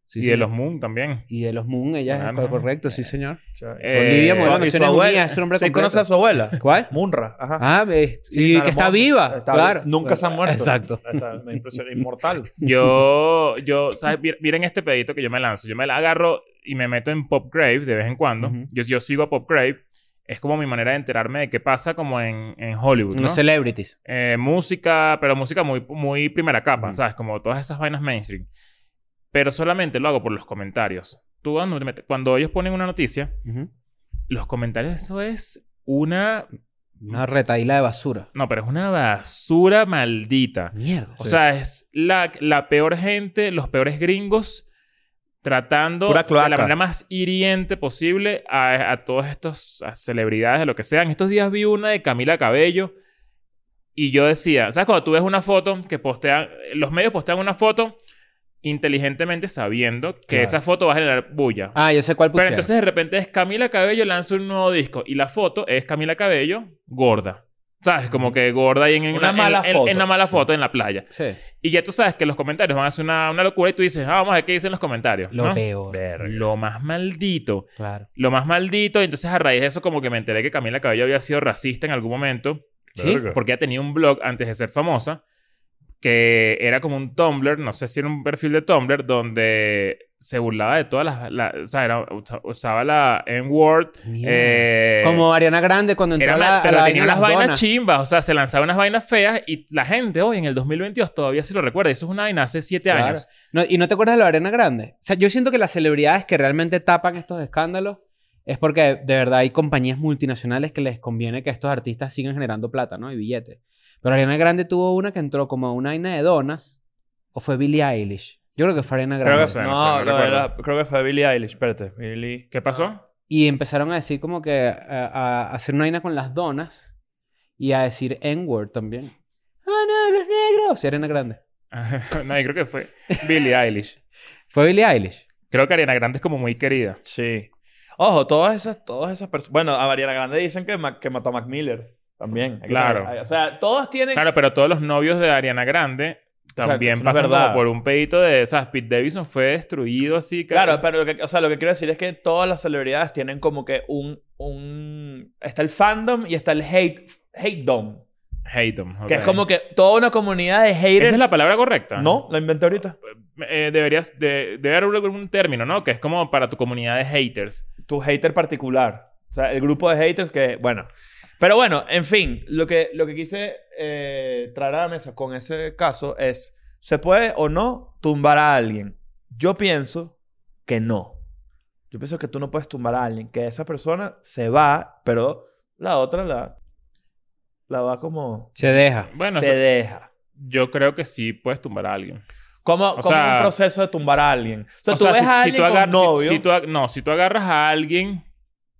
[SPEAKER 2] Sí,
[SPEAKER 3] y de
[SPEAKER 2] señor.
[SPEAKER 3] los Moon también.
[SPEAKER 2] Y de los Moon, ella
[SPEAKER 3] Ah,
[SPEAKER 2] es
[SPEAKER 3] no.
[SPEAKER 2] correcto, sí, señor.
[SPEAKER 3] Eh,
[SPEAKER 2] Olivia Moon,
[SPEAKER 1] Su-
[SPEAKER 2] las
[SPEAKER 1] y
[SPEAKER 2] Naciones
[SPEAKER 1] su abuela-
[SPEAKER 2] Unidas, es un hombre
[SPEAKER 1] ¿Sí
[SPEAKER 2] completo.
[SPEAKER 1] conoces a su abuela?
[SPEAKER 2] ¿Cuál?
[SPEAKER 1] Munra, ajá.
[SPEAKER 2] Ah, ve,
[SPEAKER 1] Sí,
[SPEAKER 2] y
[SPEAKER 1] claro,
[SPEAKER 2] que está
[SPEAKER 1] mon-
[SPEAKER 2] viva.
[SPEAKER 1] está-
[SPEAKER 2] claro.
[SPEAKER 1] Nunca se ha muerto.
[SPEAKER 2] Exacto.
[SPEAKER 1] Está- me impresiona, inmortal.
[SPEAKER 3] Yo, yo, ¿sabes? Mi- Miren este pedito que yo me lanzo. Yo me la agarro y me meto en Popgrave de vez en cuando.
[SPEAKER 2] Ujú.
[SPEAKER 3] yo, yo sigo a Popgrave. Es como mi manera de enterarme de qué pasa como en, en Hollywood, ¿no?
[SPEAKER 2] Unos celebrities.
[SPEAKER 3] Eh, música, pero música muy, muy primera capa,
[SPEAKER 2] Ujú.
[SPEAKER 3] ¿sabes? Como todas esas vainas mainstream. Pero solamente lo hago por los comentarios. Tú cuando, te metes- cuando ellos ponen una noticia,
[SPEAKER 2] Ujú.
[SPEAKER 3] los comentarios, eso es una...
[SPEAKER 2] Una retaíla de basura.
[SPEAKER 3] No, pero es una basura maldita.
[SPEAKER 2] Mierda.
[SPEAKER 3] O sea, es la, la peor gente, los peores gringos, tratando
[SPEAKER 1] Pura
[SPEAKER 3] de la
[SPEAKER 1] cloaca.
[SPEAKER 3] manera más hiriente posible a, a todas estas celebridades de lo que sean. Estos días vi una de Camila Cabello y yo decía, ¿sabes? Cuando tú ves una foto que postean, los medios postean una foto inteligentemente sabiendo que
[SPEAKER 2] Claro.
[SPEAKER 3] esa foto va a generar bulla.
[SPEAKER 2] ah, yo sé cuál
[SPEAKER 3] Pero
[SPEAKER 1] pues
[SPEAKER 2] pusieron.
[SPEAKER 3] entonces de repente es Camila Cabello lanza un nuevo disco y la foto es Camila Cabello gorda. ¿Sabes? Como que gorda y en, en
[SPEAKER 1] Una
[SPEAKER 3] la- en-
[SPEAKER 1] mala
[SPEAKER 3] en-
[SPEAKER 1] foto.
[SPEAKER 3] en una mala foto en la playa.
[SPEAKER 2] Sí.
[SPEAKER 3] Y ya tú sabes que los comentarios van a ser una, una locura y tú dices, ah, vamos a ver qué dicen los comentarios.
[SPEAKER 2] Lo
[SPEAKER 3] ¿no?
[SPEAKER 2] peor.
[SPEAKER 3] Lo más maldito.
[SPEAKER 2] Claro.
[SPEAKER 3] Lo más maldito. Y entonces a raíz de eso como que me enteré que Camila Cabello había sido racista en algún momento.
[SPEAKER 2] Sí.
[SPEAKER 3] Porque ella tenía un blog antes de ser famosa que era como un Tumblr, no sé si era un perfil de Tumblr, donde se burlaba de todas las... la- o sea, era- usa- usaba la N-word.
[SPEAKER 2] Mierda.
[SPEAKER 3] eh,
[SPEAKER 2] Como Ariana Grande cuando entró
[SPEAKER 3] era
[SPEAKER 2] a
[SPEAKER 3] mal,
[SPEAKER 2] la, a
[SPEAKER 3] pero
[SPEAKER 2] la-
[SPEAKER 3] tenía
[SPEAKER 2] a
[SPEAKER 3] unas
[SPEAKER 2] las
[SPEAKER 3] vainas
[SPEAKER 2] donas.
[SPEAKER 3] chimbas, o sea, se lanzaba unas vainas feas y la gente hoy en el 2022 todavía se lo recuerda. Eso es una vaina hace siete
[SPEAKER 2] Claro.
[SPEAKER 3] años.
[SPEAKER 2] No, y no te acuerdas de la Ariana Grande. O sea, yo siento que las celebridades que realmente tapan estos escándalos es porque de verdad hay compañías multinacionales que les conviene que estos artistas sigan generando plata, ¿no? Y billetes. Pero Ariana Grande tuvo una que entró como a una vaina de donas o fue Billie Eilish. Yo creo que fue Ariana
[SPEAKER 1] Creo
[SPEAKER 2] Grande.
[SPEAKER 1] que,
[SPEAKER 3] sé, no
[SPEAKER 1] no,
[SPEAKER 3] sé, no
[SPEAKER 1] no,
[SPEAKER 3] recuerdo.
[SPEAKER 1] era- creo que fue Billie Eilish. Espérate, Billie...
[SPEAKER 3] ¿Qué pasó?
[SPEAKER 2] Y empezaron a decir como que a, a hacer una vaina con las donas y a decir N-word también. Ah, no, los negros. Sí, Ariana Grande.
[SPEAKER 3] no, yo creo que fue Billie Eilish.
[SPEAKER 2] Fue Billie Eilish.
[SPEAKER 3] Creo que Ariana Grande es como muy querida.
[SPEAKER 1] Sí. Ojo, todas esas, todas esas personas... Bueno, a Mariana Grande dicen que, ma- que mató a Mac Miller. También. Hay que
[SPEAKER 3] Claro.
[SPEAKER 1] tener- hay- O sea, todos tienen...
[SPEAKER 3] Claro, pero todos los novios de Ariana Grande
[SPEAKER 1] sea,
[SPEAKER 3] también
[SPEAKER 1] eso no es
[SPEAKER 3] pasan
[SPEAKER 1] verdad.
[SPEAKER 3] como por un pedito de esas. Pete Davidson fue destruido así. que-
[SPEAKER 1] Claro, pero lo que, o sea, lo que quiero decir es que todas las celebridades tienen como que un, un está el fandom y está el hate hate dom,
[SPEAKER 3] Hate them,
[SPEAKER 1] que
[SPEAKER 3] ok.
[SPEAKER 1] es como que toda una comunidad de haters.
[SPEAKER 3] ¿Esa es la palabra correcta?
[SPEAKER 1] No, la inventé ahorita.
[SPEAKER 3] Eh, deberías... de- debe haber algún término, ¿no? Que es como para tu comunidad de haters.
[SPEAKER 1] Tu hater particular, o sea, el grupo de haters que bueno. Pero bueno, en fin, lo que lo que quise eh, traer a la mesa con ese caso es se puede o no tumbar a alguien. Yo pienso que no. Yo pienso que tú no puedes tumbar a alguien, que esa persona se va, pero la otra la, la va como...
[SPEAKER 2] Se deja.
[SPEAKER 3] Bueno,
[SPEAKER 1] se
[SPEAKER 3] eso-
[SPEAKER 1] deja.
[SPEAKER 3] yo creo que sí puedes tumbar a alguien.
[SPEAKER 1] ¿Cómo, cómo
[SPEAKER 3] sea-
[SPEAKER 1] es el proceso de tumbar a alguien? O sea,
[SPEAKER 3] O
[SPEAKER 1] tú
[SPEAKER 3] sea,
[SPEAKER 1] ves
[SPEAKER 3] si-
[SPEAKER 1] a
[SPEAKER 3] si
[SPEAKER 1] alguien
[SPEAKER 3] tú
[SPEAKER 1] con
[SPEAKER 3] agar-
[SPEAKER 1] novio.
[SPEAKER 3] si- si tú ag- no, si tú agarras a alguien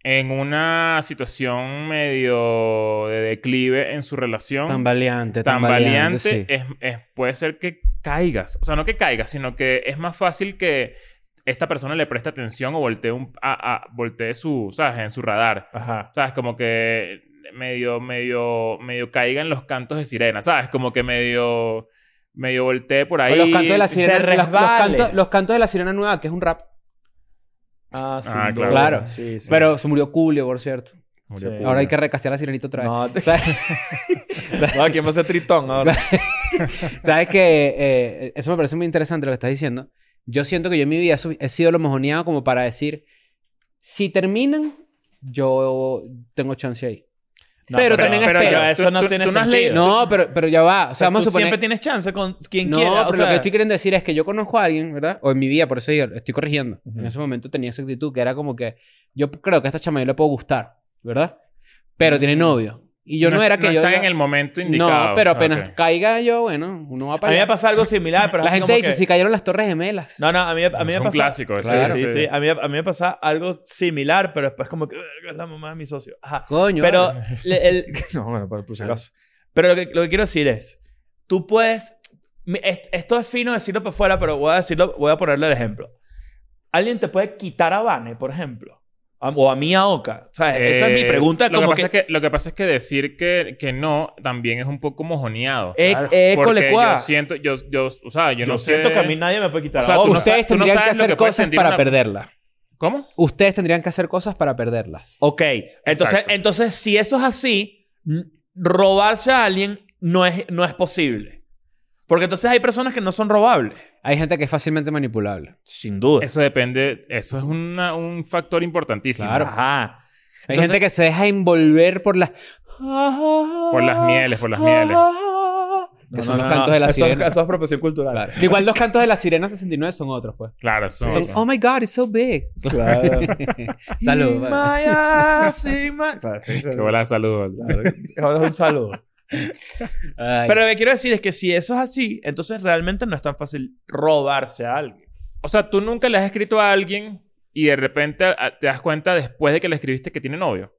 [SPEAKER 3] en una situación medio de declive en su relación,
[SPEAKER 2] Tan valiente, tan,
[SPEAKER 3] tan valiente,
[SPEAKER 2] sí.
[SPEAKER 3] es, es- puede ser que caigas. O sea, no que caigas, sino que es más fácil que esta persona le preste atención o voltee, un, a, a- voltee su, ¿sabes? En su radar.
[SPEAKER 1] Ajá.
[SPEAKER 3] ¿Sabes? Como que medio, medio, medio caiga en los cantos de sirena, ¿sabes? Como que medio, medio voltee por ahí.
[SPEAKER 2] O los cantos de la
[SPEAKER 1] se
[SPEAKER 2] sirena. los- Los,
[SPEAKER 1] resbale.
[SPEAKER 2] cantos, los cantos de la sirena nueva, que es un rap.
[SPEAKER 1] Ah, sí.
[SPEAKER 3] Ah, claro.
[SPEAKER 2] Claro.
[SPEAKER 1] Sí, sí.
[SPEAKER 2] Pero se murió Julio, por cierto.
[SPEAKER 3] Murió
[SPEAKER 1] Sí.
[SPEAKER 3] Cuba.
[SPEAKER 2] Ahora hay que recastear a la sirenita otra vez.
[SPEAKER 1] No, te-
[SPEAKER 2] ¿Sabes?
[SPEAKER 1] no, ¿quién va a ser Tritón ahora?
[SPEAKER 2] ¿Sabes que Eso me parece muy interesante lo que estás diciendo. Yo siento que yo en mi vida su- he sido lo mojoneado como para decir, si terminan, yo tengo chance ahí.
[SPEAKER 1] No,
[SPEAKER 2] Pero también espero.
[SPEAKER 1] ya Eso
[SPEAKER 3] Tú-
[SPEAKER 1] no
[SPEAKER 3] tú-
[SPEAKER 1] tiene
[SPEAKER 3] tú no has
[SPEAKER 1] sentido.
[SPEAKER 3] leído-
[SPEAKER 1] O
[SPEAKER 2] No, pero, pero ya va. O sea,
[SPEAKER 1] sea,
[SPEAKER 2] vamos a
[SPEAKER 1] tú
[SPEAKER 2] suponer...
[SPEAKER 1] siempre tienes chance con quien
[SPEAKER 2] No,
[SPEAKER 1] quiera. O
[SPEAKER 2] pero lo
[SPEAKER 1] sea,
[SPEAKER 2] que estoy queriendo decir es que yo conozco a alguien, ¿verdad? O en mi vida, por eso yo estoy corrigiendo.
[SPEAKER 1] Ujú.
[SPEAKER 2] En ese momento tenía esa actitud que era como que yo creo que a esta chama yo le puedo gustar, ¿verdad? Pero tiene novio. Y yo no, era que yo.
[SPEAKER 3] están
[SPEAKER 2] diga-
[SPEAKER 3] en el momento indicado.
[SPEAKER 2] No, pero apenas
[SPEAKER 3] Ok.
[SPEAKER 2] caiga yo, bueno, uno va
[SPEAKER 1] a
[SPEAKER 2] para
[SPEAKER 1] mí me
[SPEAKER 2] allá.
[SPEAKER 1] pasa algo similar, pero
[SPEAKER 2] La
[SPEAKER 1] así
[SPEAKER 2] gente
[SPEAKER 1] como
[SPEAKER 2] dice,
[SPEAKER 1] que-
[SPEAKER 2] si cayeron las Torres Gemelas.
[SPEAKER 1] No, no, a mí, a mí
[SPEAKER 3] es
[SPEAKER 1] me
[SPEAKER 3] un
[SPEAKER 1] pasa...
[SPEAKER 3] clásico. ese,
[SPEAKER 1] Claro, sí,
[SPEAKER 3] ese.
[SPEAKER 1] sí. A mí, a mí me pasa algo similar, pero después como que... "Verga, Es la mamá de mi socio. Ajá.
[SPEAKER 2] Coño.
[SPEAKER 1] Pero...
[SPEAKER 2] vale.
[SPEAKER 1] le- el- No, bueno, por, por si acaso. Pero lo que, lo que quiero decir es... Tú puedes... mi- es- Esto es fino decirlo por fuera, pero voy a decirlo... Voy a ponerle el ejemplo. Alguien te puede quitar a Vane, por ejemplo. A- o a mí a Oka. ¿Sabes? Esa es mi
[SPEAKER 3] Eh,
[SPEAKER 1] pregunta.
[SPEAKER 3] Lo que,
[SPEAKER 1] como
[SPEAKER 3] pasa Es que, lo que pasa es que decir que, que no también es un poco mojoneado.
[SPEAKER 1] Eh,
[SPEAKER 3] Claro.
[SPEAKER 1] eh,
[SPEAKER 3] Porque
[SPEAKER 1] colecua.
[SPEAKER 3] yo siento, yo, yo, o sea, yo,
[SPEAKER 1] Yo,
[SPEAKER 3] no
[SPEAKER 1] siento
[SPEAKER 3] sé.
[SPEAKER 1] que a mí nadie me puede quitar
[SPEAKER 3] O sea,
[SPEAKER 1] a
[SPEAKER 3] tú
[SPEAKER 1] Oka.
[SPEAKER 3] no sabes-
[SPEAKER 2] Ustedes
[SPEAKER 3] tú no
[SPEAKER 2] tendrían que
[SPEAKER 3] sabes lo
[SPEAKER 2] hacer
[SPEAKER 3] que puede
[SPEAKER 2] cosas
[SPEAKER 3] sentir
[SPEAKER 2] para
[SPEAKER 3] una-
[SPEAKER 2] perderla.
[SPEAKER 3] ¿Cómo?
[SPEAKER 2] Ustedes tendrían que hacer cosas para perderlas.
[SPEAKER 1] Ok, entonces,
[SPEAKER 3] Exacto.
[SPEAKER 1] entonces si eso es así, n- robarse a alguien no es, no es posible. Porque entonces hay personas que no son robables.
[SPEAKER 2] Hay gente que es fácilmente manipulable.
[SPEAKER 1] Sin duda.
[SPEAKER 3] Eso depende. Eso es una- un factor importantísimo.
[SPEAKER 2] Claro.
[SPEAKER 1] Ajá.
[SPEAKER 2] Hay
[SPEAKER 1] Entonces-
[SPEAKER 2] gente que se deja envolver por las...
[SPEAKER 1] Por
[SPEAKER 3] las mieles, por las mieles.
[SPEAKER 2] Ah, Que son los cantos de la
[SPEAKER 1] eso,
[SPEAKER 2] sirena.
[SPEAKER 1] Eso es apropiación cultural.
[SPEAKER 2] Claro. Igual los cantos de la sirena 69 son otros, pues.
[SPEAKER 3] Claro, eso-
[SPEAKER 2] Son, oh my God, it's so big.
[SPEAKER 1] Claro.
[SPEAKER 2] Salud.
[SPEAKER 1] In my eyes, in my- Claro, sí, sí.
[SPEAKER 3] Qué bola salud.
[SPEAKER 1] Ahora es un saludo.
[SPEAKER 2] Ay.
[SPEAKER 1] Pero lo que quiero decir es que si eso es así, entonces realmente no es tan fácil robarse a alguien.
[SPEAKER 3] O sea, tú nunca le has escrito a alguien y de repente a- te das cuenta después de que le escribiste que tiene novio.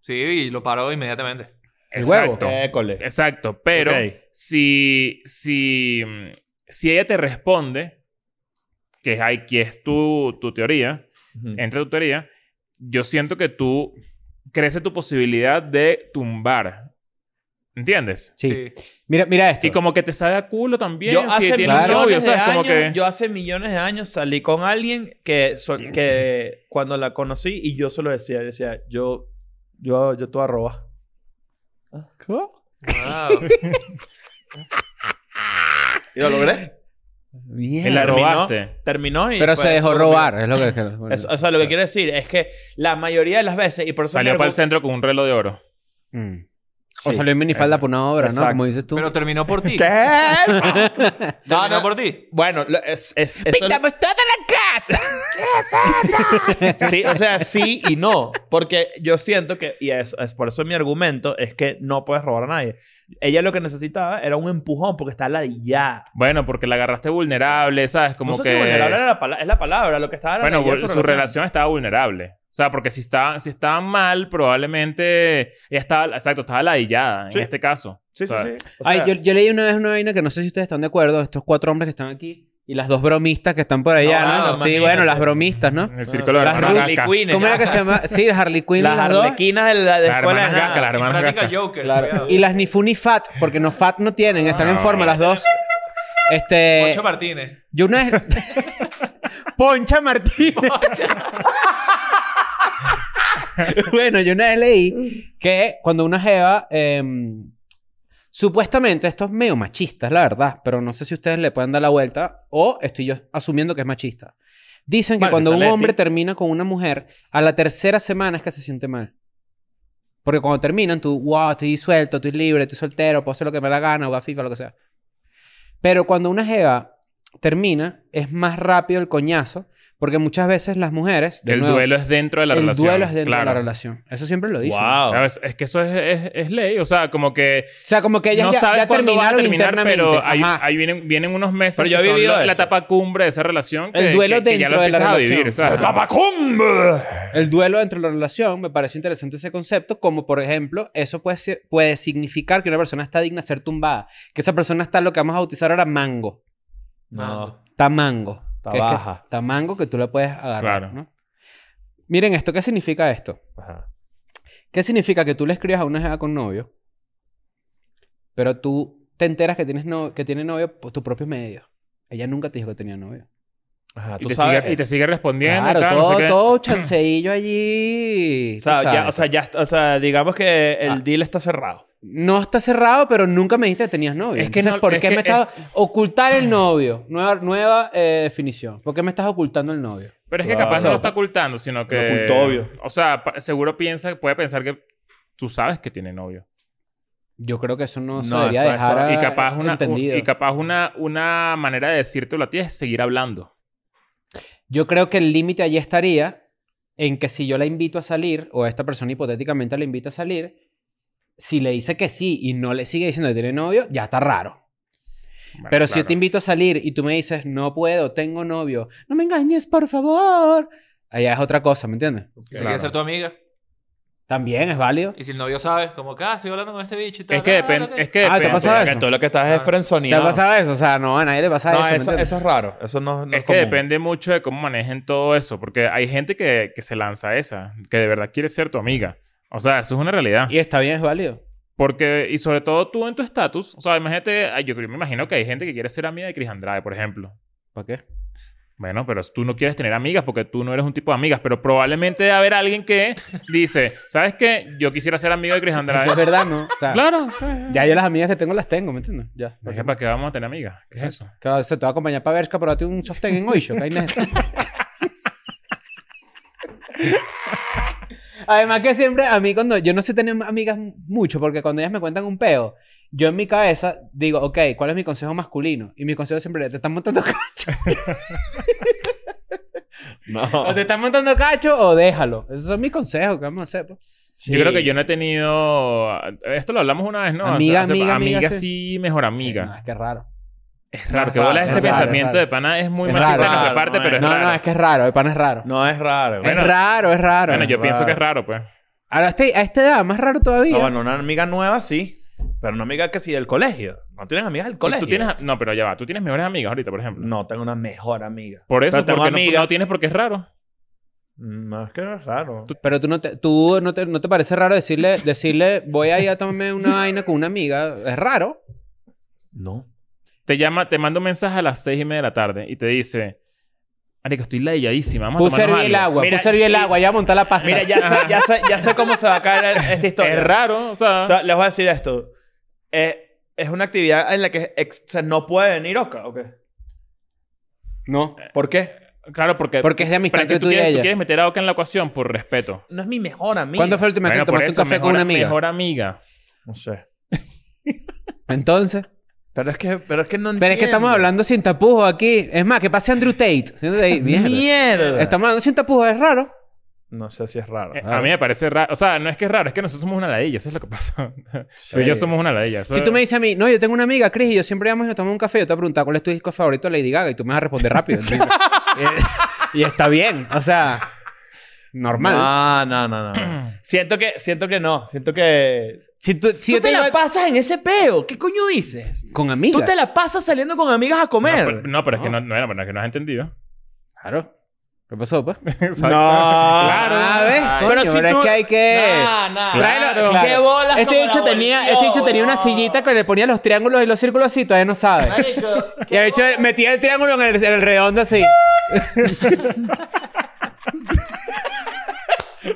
[SPEAKER 5] Sí, y lo paró inmediatamente.
[SPEAKER 2] El huevo.
[SPEAKER 3] Exacto.
[SPEAKER 1] École.
[SPEAKER 3] Exacto. Pero
[SPEAKER 1] Ok.
[SPEAKER 3] si, si, mm, si ella te responde, que es, ahí- que es tu, tu teoría,
[SPEAKER 1] Ujú.
[SPEAKER 3] entre tu teoría, yo siento que tú crece tu posibilidad de tumbar. ¿Entiendes?
[SPEAKER 2] Sí. Mira, mira esto.
[SPEAKER 3] Y como que te sabe a culo también.
[SPEAKER 1] Yo
[SPEAKER 3] si
[SPEAKER 1] hace,
[SPEAKER 3] tienes
[SPEAKER 1] millones
[SPEAKER 3] novio,
[SPEAKER 1] de
[SPEAKER 3] ¿sabes? Como
[SPEAKER 1] años,
[SPEAKER 3] que...
[SPEAKER 1] yo hace millones de años salí con alguien que, so- que cuando la conocí y yo se lo decía, decía, yo, yo, yo te voy a robar.
[SPEAKER 2] ¿Cómo?
[SPEAKER 5] Wow.
[SPEAKER 1] ¿Y lo logré?
[SPEAKER 3] Te la robaste.
[SPEAKER 1] Terminó y...
[SPEAKER 2] Pero
[SPEAKER 1] pues,
[SPEAKER 2] se dejó
[SPEAKER 1] como
[SPEAKER 2] robar,
[SPEAKER 1] que-
[SPEAKER 2] es lo que...
[SPEAKER 1] Eso, o sea, lo que quiero decir es que la mayoría de las veces, y por eso...
[SPEAKER 3] Salió
[SPEAKER 1] mi
[SPEAKER 3] para el
[SPEAKER 1] argu-
[SPEAKER 3] centro con un reloj de oro.
[SPEAKER 2] Mm.
[SPEAKER 1] Sí,
[SPEAKER 2] O salió en minifalda
[SPEAKER 3] exacto.
[SPEAKER 2] por una obra,
[SPEAKER 1] Exacto.
[SPEAKER 2] ¿no? Como dices tú.
[SPEAKER 5] Pero terminó por ti.
[SPEAKER 1] ¿Qué?
[SPEAKER 5] ¿Terminó
[SPEAKER 1] No, no.
[SPEAKER 5] por ti?
[SPEAKER 1] bueno, lo- es... es eso-
[SPEAKER 2] toda la casa!
[SPEAKER 1] Sí, o sea, sí y no. Porque yo siento que, y es, es por eso mi argumento, es que no puedes robar a nadie. Ella lo que necesitaba era un empujón porque está ladillada.
[SPEAKER 3] Bueno, porque la agarraste vulnerable, ¿sabes? Como
[SPEAKER 1] no sé
[SPEAKER 3] que...
[SPEAKER 1] si vulnerable era la pala- es la palabra, lo que estaba era
[SPEAKER 3] bueno,
[SPEAKER 1] ladillada
[SPEAKER 3] su, relación. estaba vulnerable. O sea, porque si estaban, si estaban mal, probablemente ella estaba, exacto, estaba ladillada
[SPEAKER 1] Sí.
[SPEAKER 3] en este caso.
[SPEAKER 1] Sí, sí,
[SPEAKER 3] O sea,
[SPEAKER 1] sí. O
[SPEAKER 2] Ay,
[SPEAKER 1] sea,
[SPEAKER 2] yo, yo leí una vez una vaina que no sé si ustedes están de acuerdo. Estos cuatro hombres que están aquí y las dos bromistas que están por allá,
[SPEAKER 1] No,
[SPEAKER 2] ¿no?
[SPEAKER 1] bueno,
[SPEAKER 2] sí,
[SPEAKER 1] imagínate.
[SPEAKER 2] bueno, las bromistas, ¿no?
[SPEAKER 3] El círculo de
[SPEAKER 2] las
[SPEAKER 3] hermanos
[SPEAKER 2] Harley
[SPEAKER 3] Gasca.
[SPEAKER 2] ¿Cómo era que se llama? Sí, las Harley Quinn. y
[SPEAKER 1] Las
[SPEAKER 2] las dos.
[SPEAKER 1] arlequinas de la de
[SPEAKER 3] Las
[SPEAKER 1] escuela de
[SPEAKER 3] hermanas
[SPEAKER 1] nada.
[SPEAKER 3] Gasca, las hermanas
[SPEAKER 5] Práctica
[SPEAKER 3] Gasca.
[SPEAKER 5] Joker.
[SPEAKER 2] Claro.
[SPEAKER 5] cuidado.
[SPEAKER 2] Y las ni fu ni fat, porque no fat no tienen, están en
[SPEAKER 3] Ah.
[SPEAKER 2] forma las dos. Este.
[SPEAKER 5] Poncho Martínez.
[SPEAKER 2] Yo una vez. Poncha Martínez. bueno, yo una vez leí que cuando una jeva. em, supuestamente, esto es medio machista, es la verdad, pero no sé si ustedes le pueden dar la vuelta o estoy yo asumiendo que es machista. Dicen que
[SPEAKER 1] Vale,
[SPEAKER 2] cuando un
[SPEAKER 1] Saletti.
[SPEAKER 2] hombre termina con una mujer, a la tercera semana es que se siente mal. Porque cuando terminan, tú, wow, estoy suelto, estoy libre, estoy soltero, puedo hacer lo que me da la gana, o a FIFA, lo que sea. Pero cuando una jeva termina, es más rápido el coñazo, Porque muchas veces las mujeres. de
[SPEAKER 3] el
[SPEAKER 2] nuevo,
[SPEAKER 3] duelo es dentro de la
[SPEAKER 2] el
[SPEAKER 3] relación.
[SPEAKER 2] duelo es dentro de la
[SPEAKER 3] claro.
[SPEAKER 2] relación. Eso siempre lo dicen.
[SPEAKER 1] Wow.
[SPEAKER 3] ¿Sabes? Es que eso es, es- es ley. O sea, como que
[SPEAKER 2] O sea, como que ellas
[SPEAKER 3] no
[SPEAKER 2] ya,
[SPEAKER 3] sabes
[SPEAKER 2] ya
[SPEAKER 3] cuándo van a
[SPEAKER 2] terminaron
[SPEAKER 3] terminar,
[SPEAKER 2] internamente.
[SPEAKER 3] pero ahí,
[SPEAKER 2] Ajá.
[SPEAKER 3] ahí vienen, vienen unos meses
[SPEAKER 1] Pero yo
[SPEAKER 3] que
[SPEAKER 1] he
[SPEAKER 3] son
[SPEAKER 1] vivido
[SPEAKER 3] la, la
[SPEAKER 1] eso.
[SPEAKER 3] etapa cumbre de esa relación. Que,
[SPEAKER 2] El duelo
[SPEAKER 3] que- que ya
[SPEAKER 2] dentro
[SPEAKER 3] lo
[SPEAKER 2] de la
[SPEAKER 3] empiezas
[SPEAKER 2] relación.
[SPEAKER 3] A vivir, ¿sabes?
[SPEAKER 1] ¡Tabacumbe!
[SPEAKER 2] El duelo dentro de la relación me parece interesante ese concepto, como por ejemplo, eso puede, ser- puede significar que una persona está digna de ser tumbada, que esa persona está lo que vamos a bautizar ahora mango,
[SPEAKER 5] Ah,
[SPEAKER 1] No.
[SPEAKER 2] está mango,
[SPEAKER 1] Está
[SPEAKER 2] que es que
[SPEAKER 1] baja.
[SPEAKER 2] está mango que tú la puedes agarrar.
[SPEAKER 3] Claro.
[SPEAKER 2] ¿no? Miren esto, ¿qué significa esto?
[SPEAKER 1] Ajá.
[SPEAKER 2] ¿Qué significa que tú le escribas a una jeva con novio, pero tú te enteras que, tienes no- que tiene novio por tus propios medios? Ella nunca te dijo que tenía novio.
[SPEAKER 1] Ajá.
[SPEAKER 3] Y
[SPEAKER 1] Tú
[SPEAKER 3] te,
[SPEAKER 1] sabes.
[SPEAKER 3] sigue, y te sigue respondiendo.
[SPEAKER 2] claro,
[SPEAKER 3] tal, no
[SPEAKER 2] todo,
[SPEAKER 3] sé qué.
[SPEAKER 2] todo chanceillo allí.
[SPEAKER 1] O sea,
[SPEAKER 2] tú
[SPEAKER 1] ya,
[SPEAKER 2] sabes.
[SPEAKER 1] o sea, ya, está- o sea, digamos que el
[SPEAKER 2] Ah.
[SPEAKER 1] deal está cerrado.
[SPEAKER 2] No está cerrado, pero nunca me dijiste que tenías novio.
[SPEAKER 3] Es que
[SPEAKER 2] Entonces,
[SPEAKER 3] no-
[SPEAKER 2] ¿por
[SPEAKER 3] es
[SPEAKER 2] qué
[SPEAKER 3] que
[SPEAKER 2] me estás... Ocultar el novio. Nueva, nueva eh, definición. ¿Por qué me estás ocultando el novio?
[SPEAKER 3] Pero es que
[SPEAKER 1] Claro.
[SPEAKER 3] capaz no lo está ocultando, sino que.
[SPEAKER 1] ocultó, obvio.
[SPEAKER 3] O sea, pa- seguro piensa, puede pensar que tú sabes que tiene novio.
[SPEAKER 2] Yo creo que eso no, se
[SPEAKER 1] No,
[SPEAKER 2] debería
[SPEAKER 1] eso-
[SPEAKER 2] dejar
[SPEAKER 1] eso-
[SPEAKER 2] a-
[SPEAKER 3] y capaz, una, un-
[SPEAKER 2] Ah, entendido.
[SPEAKER 3] y capaz una, una manera de decírtelo a ti es seguir hablando.
[SPEAKER 2] Yo creo que el límite allí estaría en que si yo la invito a salir, o esta persona hipotéticamente la invita a salir, si le dice que sí y no le sigue diciendo que tiene novio, ya está raro.
[SPEAKER 3] Bueno,
[SPEAKER 2] Pero si yo
[SPEAKER 3] claro.
[SPEAKER 2] te invito a salir y tú me dices, no puedo, tengo novio, no me engañes, por favor. Allá es otra cosa, ¿me entiendes?
[SPEAKER 5] Si
[SPEAKER 3] Claro.
[SPEAKER 5] quieres ser tu amiga.
[SPEAKER 2] También es válido.
[SPEAKER 5] Y si el novio sabe, como acá estoy hablando con este bicho y tal.
[SPEAKER 3] Es que
[SPEAKER 5] ah,
[SPEAKER 3] depende.
[SPEAKER 5] ok.
[SPEAKER 3] Es que
[SPEAKER 2] Ah, ¿te
[SPEAKER 3] depende.
[SPEAKER 2] pasa eso?
[SPEAKER 1] Que tú lo que estás es
[SPEAKER 5] Ah.
[SPEAKER 2] ¿Te
[SPEAKER 1] frenzoneado.
[SPEAKER 2] ha pasado eso? O sea, no, a nadie le pasa
[SPEAKER 1] No,
[SPEAKER 2] eso. ¿me
[SPEAKER 1] eso,
[SPEAKER 2] entiendes?
[SPEAKER 1] eso es raro. Eso no, no
[SPEAKER 3] Es
[SPEAKER 1] es,
[SPEAKER 3] que
[SPEAKER 1] común.
[SPEAKER 3] depende mucho de cómo manejen todo eso, porque hay gente que, que se lanza a esa, que de verdad quiere ser tu amiga. O sea, eso es una realidad.
[SPEAKER 2] Y está bien, es válido.
[SPEAKER 3] Porque, y sobre todo tú en tu estatus, o sea, imagínate, ay, yo, creo- me imagino que hay gente que quiere ser amiga de Cris Andrade, por ejemplo.
[SPEAKER 2] ¿Para qué?
[SPEAKER 3] Bueno, pero tú no quieres tener amigas porque tú no eres un tipo de amigas, pero probablemente debe haber alguien que dice, ¿sabes qué? Yo quisiera ser amigo de Cris
[SPEAKER 2] Es
[SPEAKER 3] Andrade.
[SPEAKER 2] verdad, ¿no? O sea,
[SPEAKER 3] claro.
[SPEAKER 2] Ya yo las amigas que tengo las tengo, ¿me entiendes? Ya.
[SPEAKER 3] Es que, ¿Para qué vamos a tener amigas? ¿Qué es eso?
[SPEAKER 2] Que va- se te va a acompañar para Bershka, pero date un sostén en Oisho, que hay necesidad. Además que siempre a mí cuando... Yo no sé tener amigas mucho porque cuando ellas me cuentan un peo, yo en mi cabeza digo, ok, ¿cuál es mi consejo masculino? Y mi consejo siempre es, te están montando cacho.
[SPEAKER 1] No.
[SPEAKER 2] O te están montando cacho o déjalo. Esos son mis consejos. ¿Qué vamos a hacer? pues?
[SPEAKER 1] Sí.
[SPEAKER 3] Yo creo que yo no he tenido... Esto lo hablamos una vez, ¿no?
[SPEAKER 2] Amiga, amiga, amiga,
[SPEAKER 3] amiga.
[SPEAKER 2] sí.
[SPEAKER 3] sí, mejor
[SPEAKER 2] Sí, no,
[SPEAKER 3] amiga.
[SPEAKER 2] es que es raro.
[SPEAKER 3] Es raro, que bola
[SPEAKER 1] raro,
[SPEAKER 3] ese
[SPEAKER 2] es raro,
[SPEAKER 3] pensamiento
[SPEAKER 2] es raro.
[SPEAKER 3] de pana es muy
[SPEAKER 2] Es
[SPEAKER 3] machista
[SPEAKER 2] raro.
[SPEAKER 3] de nuestra
[SPEAKER 1] Raro,
[SPEAKER 3] parte,
[SPEAKER 1] no
[SPEAKER 3] pero es
[SPEAKER 2] no,
[SPEAKER 3] raro.
[SPEAKER 2] no, es que es raro. El pan es raro.
[SPEAKER 1] No es raro.
[SPEAKER 3] Bueno,
[SPEAKER 2] es raro, es raro.
[SPEAKER 3] Bueno, yo
[SPEAKER 1] es
[SPEAKER 3] pienso que es
[SPEAKER 1] raro.
[SPEAKER 3] raro, pues.
[SPEAKER 2] Ahora, a este- a esta edad, más raro todavía.
[SPEAKER 1] No, bueno, una amiga nueva sí. Pero una amiga que sí del colegio. No tienes amigas del colegio.
[SPEAKER 3] Tú tienes... No, pero ya va. Tú tienes mejores amigas ahorita, por ejemplo.
[SPEAKER 1] No, tengo una mejor amiga.
[SPEAKER 3] Por eso,
[SPEAKER 1] Pero tengo
[SPEAKER 3] porque no-
[SPEAKER 1] amigas.
[SPEAKER 3] No, tienes porque es raro.
[SPEAKER 1] No, es que es raro.
[SPEAKER 2] Pero tú no te, tú no te, no te parece raro decirle, decirle voy a ir a tomarme una vaina con una amiga. Es raro.
[SPEAKER 1] No.
[SPEAKER 3] Te llama, te manda un mensaje a las seis y media de la tarde y te dice... Marico, estoy ladilladísima. Vamos a
[SPEAKER 2] Puse a
[SPEAKER 3] tomarnos
[SPEAKER 2] hervir el
[SPEAKER 3] algo".
[SPEAKER 2] agua,
[SPEAKER 1] Mira,
[SPEAKER 2] puse a hervir el
[SPEAKER 1] y-
[SPEAKER 2] agua, ya montar la pasta.
[SPEAKER 1] Mira, ya sé, ya, sé, ya sé cómo se va a caer esta historia.
[SPEAKER 3] Es raro, o sea...
[SPEAKER 1] O sea, les voy a decir esto. Eh, es una actividad en la que ex- o sea, no puede venir Oka, ¿o qué?
[SPEAKER 2] No,
[SPEAKER 1] ¿Por qué?
[SPEAKER 3] claro, porque...
[SPEAKER 2] porque es de amistad
[SPEAKER 3] Eh, pero es
[SPEAKER 2] entre
[SPEAKER 3] que
[SPEAKER 2] tú y
[SPEAKER 3] quieres, tú
[SPEAKER 2] ella.
[SPEAKER 3] quieres meter a Oca en la ecuación por respeto.
[SPEAKER 1] No es mi mejor amiga.
[SPEAKER 2] ¿Cuándo fue la última vez
[SPEAKER 3] Bueno,
[SPEAKER 2] que
[SPEAKER 3] por
[SPEAKER 2] tomaste un
[SPEAKER 3] eso,
[SPEAKER 2] café con
[SPEAKER 3] mejor-
[SPEAKER 2] una amiga?
[SPEAKER 3] Mejor amiga.
[SPEAKER 1] No sé.
[SPEAKER 2] Entonces.
[SPEAKER 1] Pero es que, pero es que no
[SPEAKER 2] Pero es que estamos
[SPEAKER 1] entiendo.
[SPEAKER 2] hablando sin tapujos aquí. Es más, que pase Andrew Tate. Siéntate ahí, mierda.
[SPEAKER 1] ¡Mierda!
[SPEAKER 2] Estamos hablando sin tapujos, es raro.
[SPEAKER 1] No sé si es raro.
[SPEAKER 3] Eh, A mí me parece raro. O sea, no es que es raro, es que nosotros somos una ladilla, eso es lo que pasa. Tú y yo somos una ladilla. eso-
[SPEAKER 2] Si tú me dices a mí, no, yo tengo una amiga, Chris, y yo siempre vamos y nos tomamos un café, yo te voy a preguntar cuál es tu disco favorito de Lady Gaga, y tú me vas a responder rápido. Entonces, y, y está bien, o sea, normal.
[SPEAKER 1] No, no, no, no, no. siento que, siento que no. Siento que.
[SPEAKER 2] Si, tú,
[SPEAKER 1] tú
[SPEAKER 2] si yo te
[SPEAKER 1] te la
[SPEAKER 2] digo
[SPEAKER 1] pasas en ese peo. ¿Qué coño dices?
[SPEAKER 2] con amigas.
[SPEAKER 1] Tú te la pasas saliendo con amigas a
[SPEAKER 3] No,
[SPEAKER 1] comer.
[SPEAKER 3] pero, no, pero es que
[SPEAKER 2] pues, No.
[SPEAKER 3] no, no, era- pero es que no has entendido.
[SPEAKER 2] Claro. ¿Qué pasó, pues?
[SPEAKER 3] Exacto.
[SPEAKER 1] Claro.
[SPEAKER 2] Ah, ¿ves?
[SPEAKER 1] Ay,
[SPEAKER 2] pero
[SPEAKER 1] pero si
[SPEAKER 2] es
[SPEAKER 1] tú-
[SPEAKER 2] que hay que...
[SPEAKER 1] Nah, nah.
[SPEAKER 2] Tráelo,
[SPEAKER 1] Claro. Qué bolas
[SPEAKER 2] Este
[SPEAKER 1] como
[SPEAKER 2] bicho
[SPEAKER 1] la
[SPEAKER 2] tenía,
[SPEAKER 1] volvió,
[SPEAKER 2] este bicho tenía una
[SPEAKER 1] weón.
[SPEAKER 2] sillita que le ponía los triángulos y los círculos así, todavía no sabe.
[SPEAKER 1] Marico,
[SPEAKER 2] Y
[SPEAKER 1] qué
[SPEAKER 2] el bicho metía el triángulo en el, en el redondo así.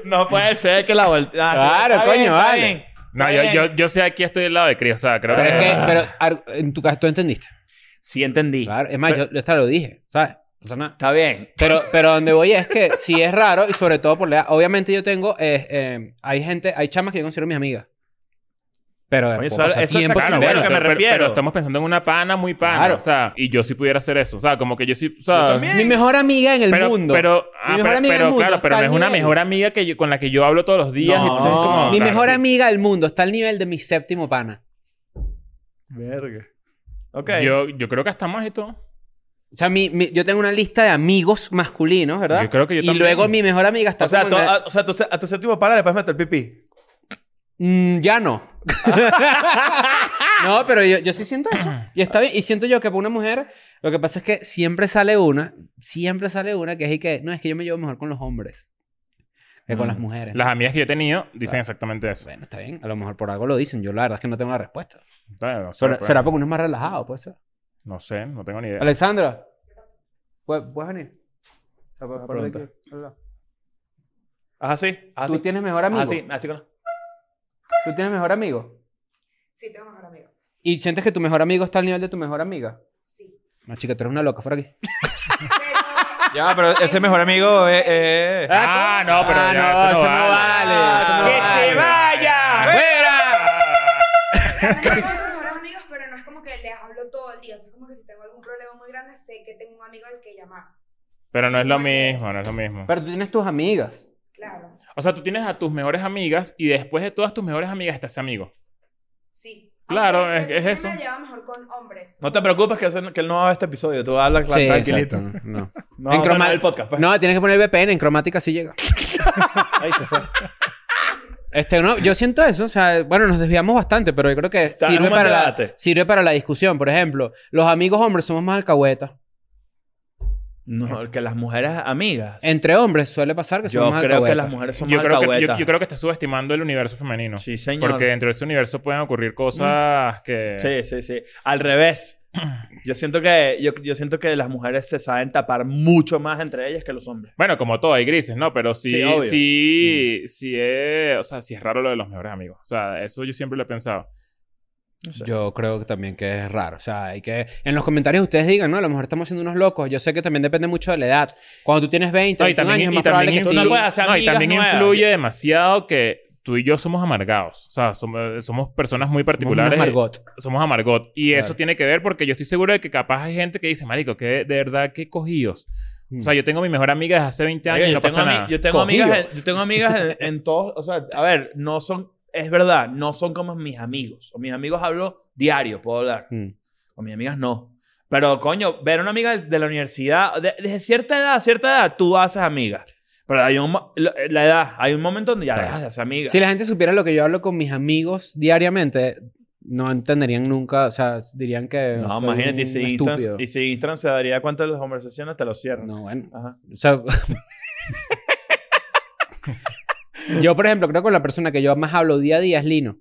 [SPEAKER 1] No puede ser que la Ah, voltea.
[SPEAKER 2] Claro, coño, vale.
[SPEAKER 3] No, yo, yo, yo sé aquí estoy del lado de Cris, o sea, creo
[SPEAKER 2] Pero es que,
[SPEAKER 3] que... este
[SPEAKER 2] pero ar- en tu caso tú entendiste.
[SPEAKER 1] Sí, entendí.
[SPEAKER 2] Claro, es más, yo, yo hasta lo dije, ¿sabes? No pasa nada.
[SPEAKER 1] Está bien.
[SPEAKER 2] Pero, pero donde voy es que sí es raro y sobre todo por la edad. Obviamente yo tengo, eh, eh, hay gente, hay chamas que yo considero mis amigas. Pero
[SPEAKER 1] Oye,
[SPEAKER 2] después
[SPEAKER 1] eso-
[SPEAKER 2] pasa
[SPEAKER 1] eso es
[SPEAKER 2] tiempo
[SPEAKER 1] sacar
[SPEAKER 2] sin
[SPEAKER 1] dinero,
[SPEAKER 2] verla.
[SPEAKER 1] que me
[SPEAKER 3] pero,
[SPEAKER 1] refiero.
[SPEAKER 3] pero estamos pensando en una pana muy pana.
[SPEAKER 2] Claro.
[SPEAKER 3] O sea, y yo sí pudiera hacer eso. O sea, como que yo sí. O sea,
[SPEAKER 1] Yo también.
[SPEAKER 2] Mi mejor amiga en el
[SPEAKER 3] pero,
[SPEAKER 2] mundo.
[SPEAKER 3] Pero, ah,
[SPEAKER 2] mejor
[SPEAKER 3] pero,
[SPEAKER 2] amiga del
[SPEAKER 3] pero
[SPEAKER 2] mundo
[SPEAKER 3] claro, pero no
[SPEAKER 2] está
[SPEAKER 3] es una
[SPEAKER 2] al nivel.
[SPEAKER 3] mejor amiga que yo- con la que yo hablo todos los días.
[SPEAKER 5] No,
[SPEAKER 3] entonces es como,
[SPEAKER 2] mi
[SPEAKER 3] claro,
[SPEAKER 2] mejor
[SPEAKER 3] sí.
[SPEAKER 2] amiga del mundo está al nivel de mi séptimo pana.
[SPEAKER 1] Verga. Ok.
[SPEAKER 3] Yo, yo creo que hasta más y todo.
[SPEAKER 2] O sea, mi- mi- yo tengo una lista de amigos masculinos, ¿verdad?
[SPEAKER 3] Yo creo que yo
[SPEAKER 2] y
[SPEAKER 3] también.
[SPEAKER 2] luego mi mejor amiga está
[SPEAKER 1] o sea,
[SPEAKER 2] como
[SPEAKER 1] to-
[SPEAKER 2] en la-
[SPEAKER 1] a, o sea, tu se- a tu séptimo pana le puedes meter pipí.
[SPEAKER 2] Mm, ya no. no, pero yo, yo sí siento eso. Y está bien. Y siento yo que para una mujer, lo que pasa es que siempre sale una, siempre sale una que es y que, no, es que yo me llevo mejor con los hombres que con
[SPEAKER 3] Mm.
[SPEAKER 2] las mujeres.
[SPEAKER 3] Las amigas que yo he tenido dicen exactamente eso.
[SPEAKER 2] Bueno, está bien. A lo mejor por algo lo dicen. Yo la verdad es que no tengo la respuesta.
[SPEAKER 3] Entonces, no, sé,
[SPEAKER 2] ¿Será,
[SPEAKER 3] pues.
[SPEAKER 2] será porque uno es más relajado? Puede ser.
[SPEAKER 3] no sé, no tengo ni idea.
[SPEAKER 2] Alexandra, ¿pue- ¿puedes venir? O sea, por- por
[SPEAKER 1] pregunta.
[SPEAKER 2] aquí, por acá.
[SPEAKER 1] Ajá, sí. Ajá,
[SPEAKER 2] ¿Tú
[SPEAKER 1] sí.
[SPEAKER 2] tienes mejor amigo?
[SPEAKER 1] Ajá, sí. Así con...
[SPEAKER 2] ¿Tú tienes mejor amigo?
[SPEAKER 6] Sí, tengo mejor amigo.
[SPEAKER 2] ¿Y sientes que tu mejor amigo está al nivel de tu mejor amiga?
[SPEAKER 6] Sí.
[SPEAKER 2] No, chica, tú eres una loca. Fuera aquí.
[SPEAKER 6] Pero.
[SPEAKER 5] Ya, pero ese mejor amigo eh, es. es-
[SPEAKER 3] Ah, no, pero
[SPEAKER 2] Ah, no,
[SPEAKER 3] ya, eso, Ah. no
[SPEAKER 2] eso no
[SPEAKER 3] vale.
[SPEAKER 2] vale,
[SPEAKER 5] eso no
[SPEAKER 3] ¡Que
[SPEAKER 5] vale.
[SPEAKER 3] se vaya! ¡Fuera!
[SPEAKER 6] Tengo mejores amigos, pero no es como que les hablo todo el día. O sea, es como que si tengo algún problema muy grande, sé que tengo un amigo al que llamar.
[SPEAKER 3] Pero no es lo mismo, no es lo mismo.
[SPEAKER 2] Pero tú tienes tus amigas.
[SPEAKER 6] Claro.
[SPEAKER 3] O sea, tú tienes a tus mejores amigas y después de todas tus mejores amigas está ese amigo.
[SPEAKER 6] Sí.
[SPEAKER 3] Claro,
[SPEAKER 6] Aunque
[SPEAKER 3] es-
[SPEAKER 6] de
[SPEAKER 3] es
[SPEAKER 6] repente
[SPEAKER 3] eso.
[SPEAKER 6] Me la llevo mejor con hombres.
[SPEAKER 1] No te preocupes que, eso no- que él no va a ver este episodio. Tú hablas
[SPEAKER 2] Sí,
[SPEAKER 1] tranquilito.
[SPEAKER 2] exacto, No.
[SPEAKER 1] No,
[SPEAKER 2] En
[SPEAKER 1] o sea,
[SPEAKER 2] croma-
[SPEAKER 1] no, el podcast. pues.
[SPEAKER 2] No, tienes que poner VPN, en cromática sí llega. Ahí se fue. Este, no, yo siento eso, o sea, bueno, nos desviamos bastante, pero yo creo que
[SPEAKER 1] sea, es
[SPEAKER 2] sirve
[SPEAKER 1] un
[SPEAKER 2] para, la,
[SPEAKER 1] debate.
[SPEAKER 2] sirve para la discusión. Por ejemplo, los amigos hombres somos más alcahuetas.
[SPEAKER 1] No, que las mujeres amigas.
[SPEAKER 2] Entre hombres suele pasar que somos
[SPEAKER 1] yo
[SPEAKER 2] más
[SPEAKER 1] creo que las
[SPEAKER 2] alcahuetas.
[SPEAKER 1] mujeres son
[SPEAKER 3] Yo
[SPEAKER 1] más
[SPEAKER 3] creo, que, yo,
[SPEAKER 1] alcahuetas.
[SPEAKER 3] yo creo que estás subestimando el universo femenino.
[SPEAKER 1] Sí, señor.
[SPEAKER 3] porque dentro de ese universo pueden ocurrir cosas que...
[SPEAKER 1] Sí, sí, sí. Al revés. Yo siento que, yo, yo siento que las mujeres se saben tapar mucho más entre ellas que los hombres.
[SPEAKER 3] Bueno, como todo, hay grises, ¿no? Pero sí,
[SPEAKER 1] Sí,
[SPEAKER 3] sí,
[SPEAKER 1] obvio. Mm.
[SPEAKER 3] sí, es, o sea, sí es raro lo de los mejores amigos. O sea, eso yo siempre lo he pensado.
[SPEAKER 1] No sé.
[SPEAKER 2] Yo creo que también que es raro. O sea, hay que. En los comentarios ustedes digan, ¿no? A lo mejor estamos siendo unos locos. Yo sé que también depende mucho de la edad. Cuando tú tienes 20,
[SPEAKER 3] No, y
[SPEAKER 2] 21
[SPEAKER 3] también,
[SPEAKER 2] años, es
[SPEAKER 3] y
[SPEAKER 2] más
[SPEAKER 3] también,
[SPEAKER 2] probable que
[SPEAKER 3] influ-
[SPEAKER 2] sí.
[SPEAKER 1] uno puede hacer
[SPEAKER 3] no, y
[SPEAKER 1] amigas
[SPEAKER 3] también
[SPEAKER 1] nuevas.
[SPEAKER 3] influye demasiado que tú y yo somos amargados. O sea, somos, somos personas
[SPEAKER 2] Somos
[SPEAKER 3] muy
[SPEAKER 2] unos
[SPEAKER 3] particulares.
[SPEAKER 2] Margot.
[SPEAKER 3] somos amargot. Y
[SPEAKER 2] Claro.
[SPEAKER 3] eso tiene que ver porque yo estoy seguro de que capaz hay gente que dice, marico, que de verdad, qué cogidos. O sea, yo tengo mi mejor amiga desde hace 20 años
[SPEAKER 1] Oye,
[SPEAKER 3] y
[SPEAKER 1] yo,
[SPEAKER 3] no
[SPEAKER 1] tengo
[SPEAKER 3] pasa
[SPEAKER 1] ami-
[SPEAKER 3] nada.
[SPEAKER 1] yo tengo
[SPEAKER 2] Cogido.
[SPEAKER 1] amigas, en, yo tengo amigas en, en todos, o sea, a ver, no son, es verdad, no son como mis amigos. Con mis amigos hablo diario, puedo hablar.
[SPEAKER 2] Mm.
[SPEAKER 1] Con mis amigas no. Pero coño, ver a una amiga de la universidad, de- desde cierta edad, cierta edad, tú haces amigas. Pero hay un, mo- la la edad, hay un momento donde ya
[SPEAKER 3] Claro.
[SPEAKER 1] dejas de hacer amigas.
[SPEAKER 2] Si la gente supiera lo que yo hablo con mis amigos diariamente, no entenderían nunca, o sea, dirían que.
[SPEAKER 1] No,
[SPEAKER 2] soy
[SPEAKER 1] imagínate, y
[SPEAKER 2] un
[SPEAKER 1] si, Instagram,
[SPEAKER 2] estúpido.
[SPEAKER 1] y si Instagram se daría cuenta de las conversaciones, te lo cierran.
[SPEAKER 2] No, bueno.
[SPEAKER 1] Ajá.
[SPEAKER 2] O sea. yo, por ejemplo, creo que la persona que yo más hablo día a día es Lino.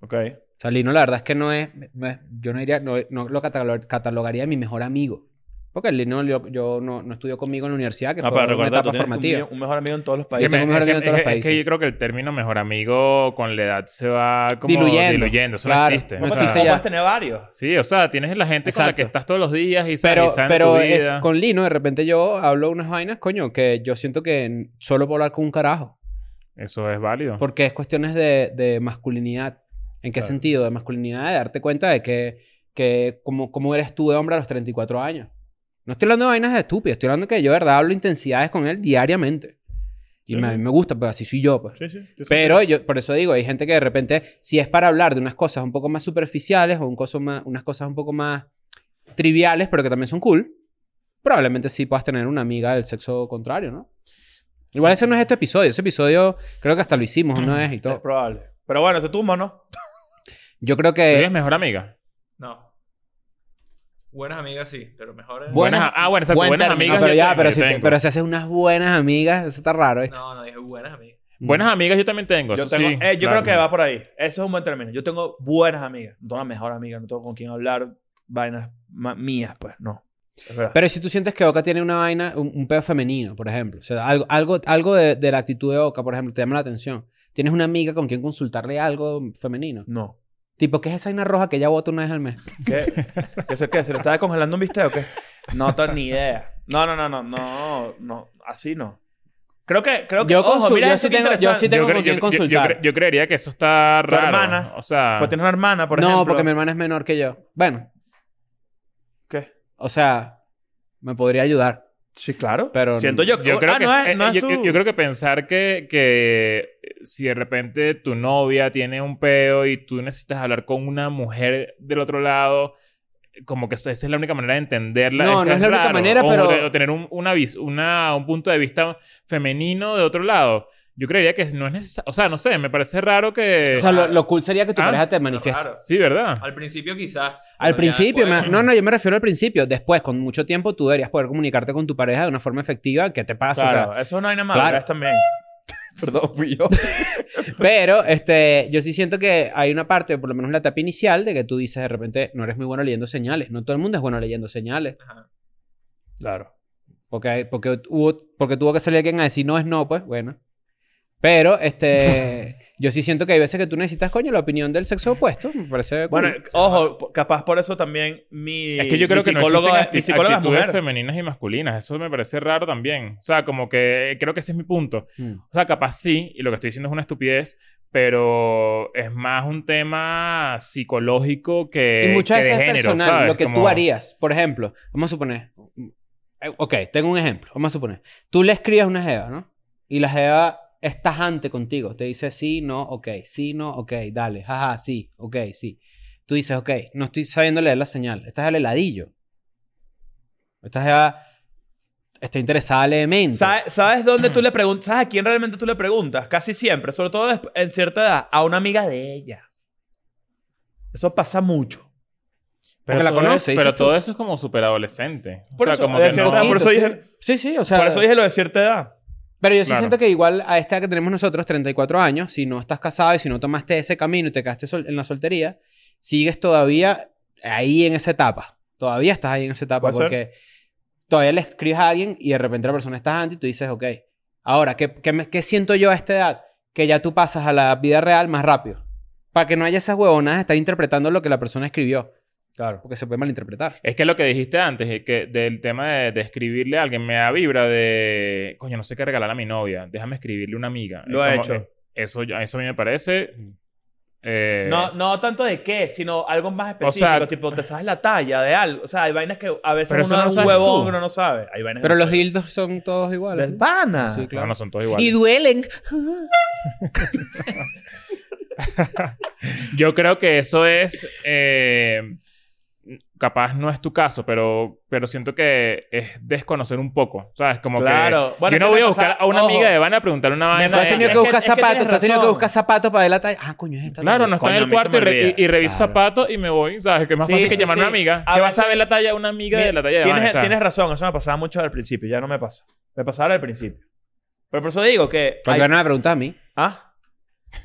[SPEAKER 1] Ok.
[SPEAKER 2] O sea, Lino, la verdad es que no es. no es- yo no, diría, no, no lo catalo- catalogaría de mi mejor amigo. Porque Lino, yo, yo no, no estudió conmigo en la universidad, que
[SPEAKER 1] No,
[SPEAKER 2] fue
[SPEAKER 1] para
[SPEAKER 2] una
[SPEAKER 1] recordar, Ah, tú
[SPEAKER 2] etapa
[SPEAKER 1] tienes un,
[SPEAKER 2] formativa.
[SPEAKER 1] mío- un mejor amigo en todos los
[SPEAKER 3] Que
[SPEAKER 1] países.
[SPEAKER 3] me-
[SPEAKER 2] somos mejor
[SPEAKER 3] es, que,
[SPEAKER 2] amigos en todos
[SPEAKER 3] es
[SPEAKER 2] los
[SPEAKER 3] que- es que
[SPEAKER 2] países.
[SPEAKER 3] yo creo que el término mejor amigo con la edad se va como diluyendo.
[SPEAKER 2] Diluyendo.
[SPEAKER 3] Eso
[SPEAKER 2] Claro.
[SPEAKER 3] no existe.
[SPEAKER 2] No
[SPEAKER 3] o sea,
[SPEAKER 2] existe
[SPEAKER 1] ¿Cómo
[SPEAKER 2] ya.
[SPEAKER 1] puedes tener varios?
[SPEAKER 3] Sí, o sea, tienes la gente con la
[SPEAKER 2] Exacto.
[SPEAKER 3] que estás todos los días y sabes,
[SPEAKER 2] Pero,
[SPEAKER 3] y saben
[SPEAKER 2] pero
[SPEAKER 3] tu
[SPEAKER 2] es-
[SPEAKER 3] vida.
[SPEAKER 2] con Lino, de repente yo hablo unas vainas, coño, que yo siento que n- solo puedo hablar con un carajo.
[SPEAKER 3] Eso es válido.
[SPEAKER 2] Porque es cuestiones de, de masculinidad. ¿En qué
[SPEAKER 1] Claro.
[SPEAKER 2] sentido? De masculinidad, de darte cuenta de que, que cómo, cómo eres tú de hombre a los 34 años. No estoy hablando de vainas de estúpidas, estoy hablando que yo de verdad hablo intensidades con él diariamente. Y
[SPEAKER 1] Sí,
[SPEAKER 2] me- a
[SPEAKER 1] sí.
[SPEAKER 2] mí me gusta, pero así soy yo, pues.
[SPEAKER 1] Sí, sí.
[SPEAKER 2] Pero yo, por eso digo, hay gente que de repente, si es para hablar de unas cosas un poco más superficiales o un coso más- unas cosas un poco más triviales, pero que también son cool, probablemente sí puedas tener una amiga del sexo contrario, ¿no? Igual ese no es este episodio. Ese episodio creo que hasta lo hicimos una vez y
[SPEAKER 1] Es
[SPEAKER 2] todo.
[SPEAKER 1] probable. Pero bueno, se tumba, ¿no?
[SPEAKER 2] Yo creo
[SPEAKER 3] ¿Tú eres
[SPEAKER 2] que...
[SPEAKER 3] mejor amiga?
[SPEAKER 5] No. Buenas amigas sí, pero mejor. en-
[SPEAKER 2] Buenas-
[SPEAKER 3] ah, bueno, exacto,
[SPEAKER 1] buen
[SPEAKER 3] buenas
[SPEAKER 1] término,
[SPEAKER 3] amigas.
[SPEAKER 2] No, pero
[SPEAKER 3] yo
[SPEAKER 2] ya,
[SPEAKER 3] tengo,
[SPEAKER 2] pero
[SPEAKER 3] yo
[SPEAKER 2] si, te-
[SPEAKER 3] tengo.
[SPEAKER 2] pero si haces unas buenas amigas, eso está raro. ¿viste?
[SPEAKER 5] No, no dije buenas amigas.
[SPEAKER 3] Buenas amigas yo también
[SPEAKER 2] Pues
[SPEAKER 3] tengo.
[SPEAKER 1] Yo,
[SPEAKER 3] eso
[SPEAKER 1] tengo,
[SPEAKER 3] sí,
[SPEAKER 1] eh, yo creo
[SPEAKER 3] claro.
[SPEAKER 1] que va por ahí. Eso es un buen término. Yo tengo buenas amigas. No tengo las mejores amigas. No tengo con quién hablar vainas ma- mías, pues. No. Es verdad.
[SPEAKER 2] Pero si tú sientes que Oka tiene una vaina, un, un pedo femenino, por ejemplo. O sea, algo, algo, algo de, de la actitud de Oka, por ejemplo, te llama la atención. Tienes una amiga con quien consultarle algo femenino.
[SPEAKER 1] no.
[SPEAKER 2] Tipo, ¿qué es esa vaina roja que ya vota una vez al mes?
[SPEAKER 1] ¿Qué? ¿Eso es qué? ¿Se le estaba congelando un bistec o qué? No tengo ni idea. No, no, no, no. No, no. Así no. Creo que, creo que,
[SPEAKER 2] Yo
[SPEAKER 1] ojo,
[SPEAKER 2] consu-
[SPEAKER 1] mira
[SPEAKER 2] yo
[SPEAKER 1] esto
[SPEAKER 2] sí
[SPEAKER 1] que
[SPEAKER 2] tengo- yo
[SPEAKER 1] interesante.
[SPEAKER 2] sí tengo-
[SPEAKER 3] creo-
[SPEAKER 2] con quién
[SPEAKER 3] yo-
[SPEAKER 2] consultar.
[SPEAKER 3] cre- yo creería que eso está
[SPEAKER 1] Tu
[SPEAKER 3] raro.
[SPEAKER 1] hermana.
[SPEAKER 3] O sea,
[SPEAKER 1] Puedes tener Pues una hermana, por
[SPEAKER 2] no,
[SPEAKER 1] ejemplo.
[SPEAKER 2] porque mi hermana es menor que yo. Bueno,
[SPEAKER 1] ¿Qué?
[SPEAKER 2] o sea, me podría ayudar.
[SPEAKER 1] Sí, claro.
[SPEAKER 2] Pero-
[SPEAKER 1] Siento yo.
[SPEAKER 3] yo creo
[SPEAKER 1] Ah,
[SPEAKER 3] que
[SPEAKER 1] no
[SPEAKER 3] es-
[SPEAKER 1] es,
[SPEAKER 3] eh,
[SPEAKER 1] no es
[SPEAKER 3] yo,
[SPEAKER 1] tú.
[SPEAKER 3] yo- yo creo que pensar que, que eh, si de repente tu novia tiene un peo y tú necesitas hablar con una mujer del otro lado, como que esa esa es la única manera de entenderla.
[SPEAKER 2] No,
[SPEAKER 3] que
[SPEAKER 2] no es la única
[SPEAKER 3] raro.
[SPEAKER 2] manera,
[SPEAKER 3] O
[SPEAKER 2] pero-
[SPEAKER 3] te- O tener un, una vis- una- un punto de vista femenino de otro lado. Yo creería que no es necesario. O sea, no sé, me parece raro que.
[SPEAKER 2] O sea, lo, lo cool sería que tu
[SPEAKER 3] Ah,
[SPEAKER 2] pareja te manifieste.
[SPEAKER 5] Claro.
[SPEAKER 3] Sí, ¿verdad?
[SPEAKER 5] Al principio quizás.
[SPEAKER 2] Al
[SPEAKER 5] pero ya
[SPEAKER 2] principio,
[SPEAKER 5] después-
[SPEAKER 2] me- no, no, yo me refiero al principio. Después, con mucho tiempo, tú deberías poder comunicarte con tu pareja de una forma efectiva que te pasa.
[SPEAKER 1] Claro, eso no hay nada más.
[SPEAKER 2] Claro.
[SPEAKER 1] es también. Perdón, fui yo.
[SPEAKER 2] pero este, yo sí siento que hay una parte, por lo menos la etapa inicial, de que tú dices de repente, no eres muy bueno leyendo señales. No todo el mundo es bueno leyendo señales.
[SPEAKER 5] Ajá.
[SPEAKER 1] Claro.
[SPEAKER 2] Porque, hay- porque, hubo, porque tuvo que salir alguien a decir no es no, pues bueno. Pero este, yo sí siento que hay veces que tú necesitas, coño, la opinión del sexo opuesto. Me parece.
[SPEAKER 1] Bueno,
[SPEAKER 2] cool.
[SPEAKER 1] ojo, po- capaz por eso también mi.
[SPEAKER 3] Es que yo creo
[SPEAKER 1] mi
[SPEAKER 3] que no
[SPEAKER 1] psicólogo
[SPEAKER 3] existen
[SPEAKER 1] mi
[SPEAKER 3] acti-
[SPEAKER 1] psicóloga es
[SPEAKER 3] actitudes
[SPEAKER 1] mujer.
[SPEAKER 3] femeninas y masculinas. Eso me parece raro también. O sea, como que eh, creo que ese es mi punto.
[SPEAKER 2] Mm.
[SPEAKER 3] O sea, capaz sí, y lo que estoy diciendo es una estupidez, pero es más un tema psicológico que,
[SPEAKER 2] Y muchas
[SPEAKER 3] Eh, que de
[SPEAKER 2] veces es
[SPEAKER 3] género,
[SPEAKER 2] personal,
[SPEAKER 3] ¿sabes?
[SPEAKER 2] lo que tú
[SPEAKER 3] Como-
[SPEAKER 2] harías. Por ejemplo, vamos a suponer. eh, Ok, tengo un ejemplo. Vamos a suponer. Tú le escribes a una Jeva, ¿no? Y la Jeva es tajante contigo. Te dice sí, no, ok. Sí, no, ok. Dale, jaja, sí, ok, sí. Tú dices, ok, no estoy sabiendo leer la señal. Estás al heladillo. Esta Jeva está interesada levemente.
[SPEAKER 1] ¿Sabe- ¿Sabes dónde tú le preguntas? ¿Sabes a quién realmente tú le preguntas? Casi siempre, sobre todo desp- en cierta edad, a una amiga de ella. Eso pasa mucho.
[SPEAKER 3] Pero
[SPEAKER 2] Porque la
[SPEAKER 3] todo
[SPEAKER 2] conoce,
[SPEAKER 3] eso-
[SPEAKER 2] dices
[SPEAKER 3] pero
[SPEAKER 2] tú.
[SPEAKER 3] todo eso es como súper adolescente.
[SPEAKER 1] Por
[SPEAKER 3] o sea,
[SPEAKER 1] eso,
[SPEAKER 3] como
[SPEAKER 1] de
[SPEAKER 3] que
[SPEAKER 1] cierta
[SPEAKER 3] no...
[SPEAKER 1] edad, por eso
[SPEAKER 2] sí.
[SPEAKER 1] dije-
[SPEAKER 2] Sí, sí, o sea.
[SPEAKER 1] Por eso dije lo de cierta edad.
[SPEAKER 2] Pero yo sí
[SPEAKER 3] Claro.
[SPEAKER 2] siento que igual a esta edad que tenemos nosotros, 34 años, si no estás casado y si no tomaste ese camino y te quedaste sol- en la soltería, sigues todavía ahí en esa etapa. Todavía estás ahí en esa etapa
[SPEAKER 1] Puede ser.
[SPEAKER 2] porque todavía le escribes a alguien y de repente la persona está antes y tú dices, ok, ahora, ¿qué, qué, me- qué siento yo a esta edad? Que ya tú pasas a la vida real más rápido. Para que no haya esas huevonadas de estar interpretando lo que la persona escribió,
[SPEAKER 1] Claro.
[SPEAKER 2] porque se puede malinterpretar.
[SPEAKER 3] Es que lo que dijiste antes, es que del tema de, de escribirle a alguien, me da vibra de, coño, no sé qué regalar a mi novia, déjame escribirle a una amiga.
[SPEAKER 1] Lo
[SPEAKER 3] Es
[SPEAKER 1] he hecho.
[SPEAKER 3] como- eh, Eso, yo- eso a mí me parece... eh,
[SPEAKER 1] No, no tanto de qué, sino algo más
[SPEAKER 3] sea-
[SPEAKER 1] específico. tipo, te sabes la talla de algo. O sea, hay vainas que a veces
[SPEAKER 3] Pero eso
[SPEAKER 1] uno
[SPEAKER 3] no
[SPEAKER 1] es
[SPEAKER 3] lo
[SPEAKER 1] un
[SPEAKER 3] sabes
[SPEAKER 1] huevón
[SPEAKER 3] tú.
[SPEAKER 1] que uno no sabe. Hay vainas que
[SPEAKER 2] Pero
[SPEAKER 1] no
[SPEAKER 2] los
[SPEAKER 1] sabes.
[SPEAKER 2] dildos son todos iguales.
[SPEAKER 1] De pana.
[SPEAKER 2] Sí,
[SPEAKER 3] No,
[SPEAKER 2] claro.
[SPEAKER 3] no son todos
[SPEAKER 2] Y
[SPEAKER 3] iguales.
[SPEAKER 2] duelen.
[SPEAKER 3] Yo creo que eso es. eh, capaz no es tu caso, pero, pero siento que es desconocer un poco. ¿Sabes? Como que.
[SPEAKER 1] Claro. Bueno,
[SPEAKER 3] yo no
[SPEAKER 1] ¿qué
[SPEAKER 3] voy
[SPEAKER 1] te
[SPEAKER 3] a
[SPEAKER 1] pasa?
[SPEAKER 3] buscar a una
[SPEAKER 1] Ojo.
[SPEAKER 3] amiga de van a preguntarle una
[SPEAKER 1] Me
[SPEAKER 2] Tú has
[SPEAKER 3] vaina.
[SPEAKER 1] pasa-
[SPEAKER 2] tenido
[SPEAKER 1] es
[SPEAKER 2] que
[SPEAKER 1] que-
[SPEAKER 2] buscar
[SPEAKER 1] es que tienes
[SPEAKER 2] zapatos, tú has tenido que
[SPEAKER 1] razón.
[SPEAKER 2] buscar zapatos para ver la talla. Ah, coño, es esta.
[SPEAKER 3] Claro, no está
[SPEAKER 1] Coño,
[SPEAKER 3] en
[SPEAKER 1] a
[SPEAKER 3] el
[SPEAKER 1] mí se
[SPEAKER 3] cuarto y,
[SPEAKER 1] me
[SPEAKER 3] re-
[SPEAKER 1] olvida.
[SPEAKER 3] y- y reviso
[SPEAKER 2] Claro.
[SPEAKER 3] zapatos y me voy. ¿Sabes? Que es más
[SPEAKER 1] Sí,
[SPEAKER 3] fácil que
[SPEAKER 1] sí,
[SPEAKER 3] llamar a una
[SPEAKER 1] sí.
[SPEAKER 3] amiga.
[SPEAKER 1] A
[SPEAKER 3] que vas a
[SPEAKER 1] veces-
[SPEAKER 3] ver la talla de una amiga de la talla de
[SPEAKER 1] tienes,
[SPEAKER 3] Vanessa.
[SPEAKER 1] tienes razón, eso me pasaba mucho al principio, ya no me pasa. Me pasaba al principio. Pero por eso digo que.
[SPEAKER 2] Porque
[SPEAKER 1] hay-
[SPEAKER 2] van a preguntar a mí.
[SPEAKER 1] ¿Ah?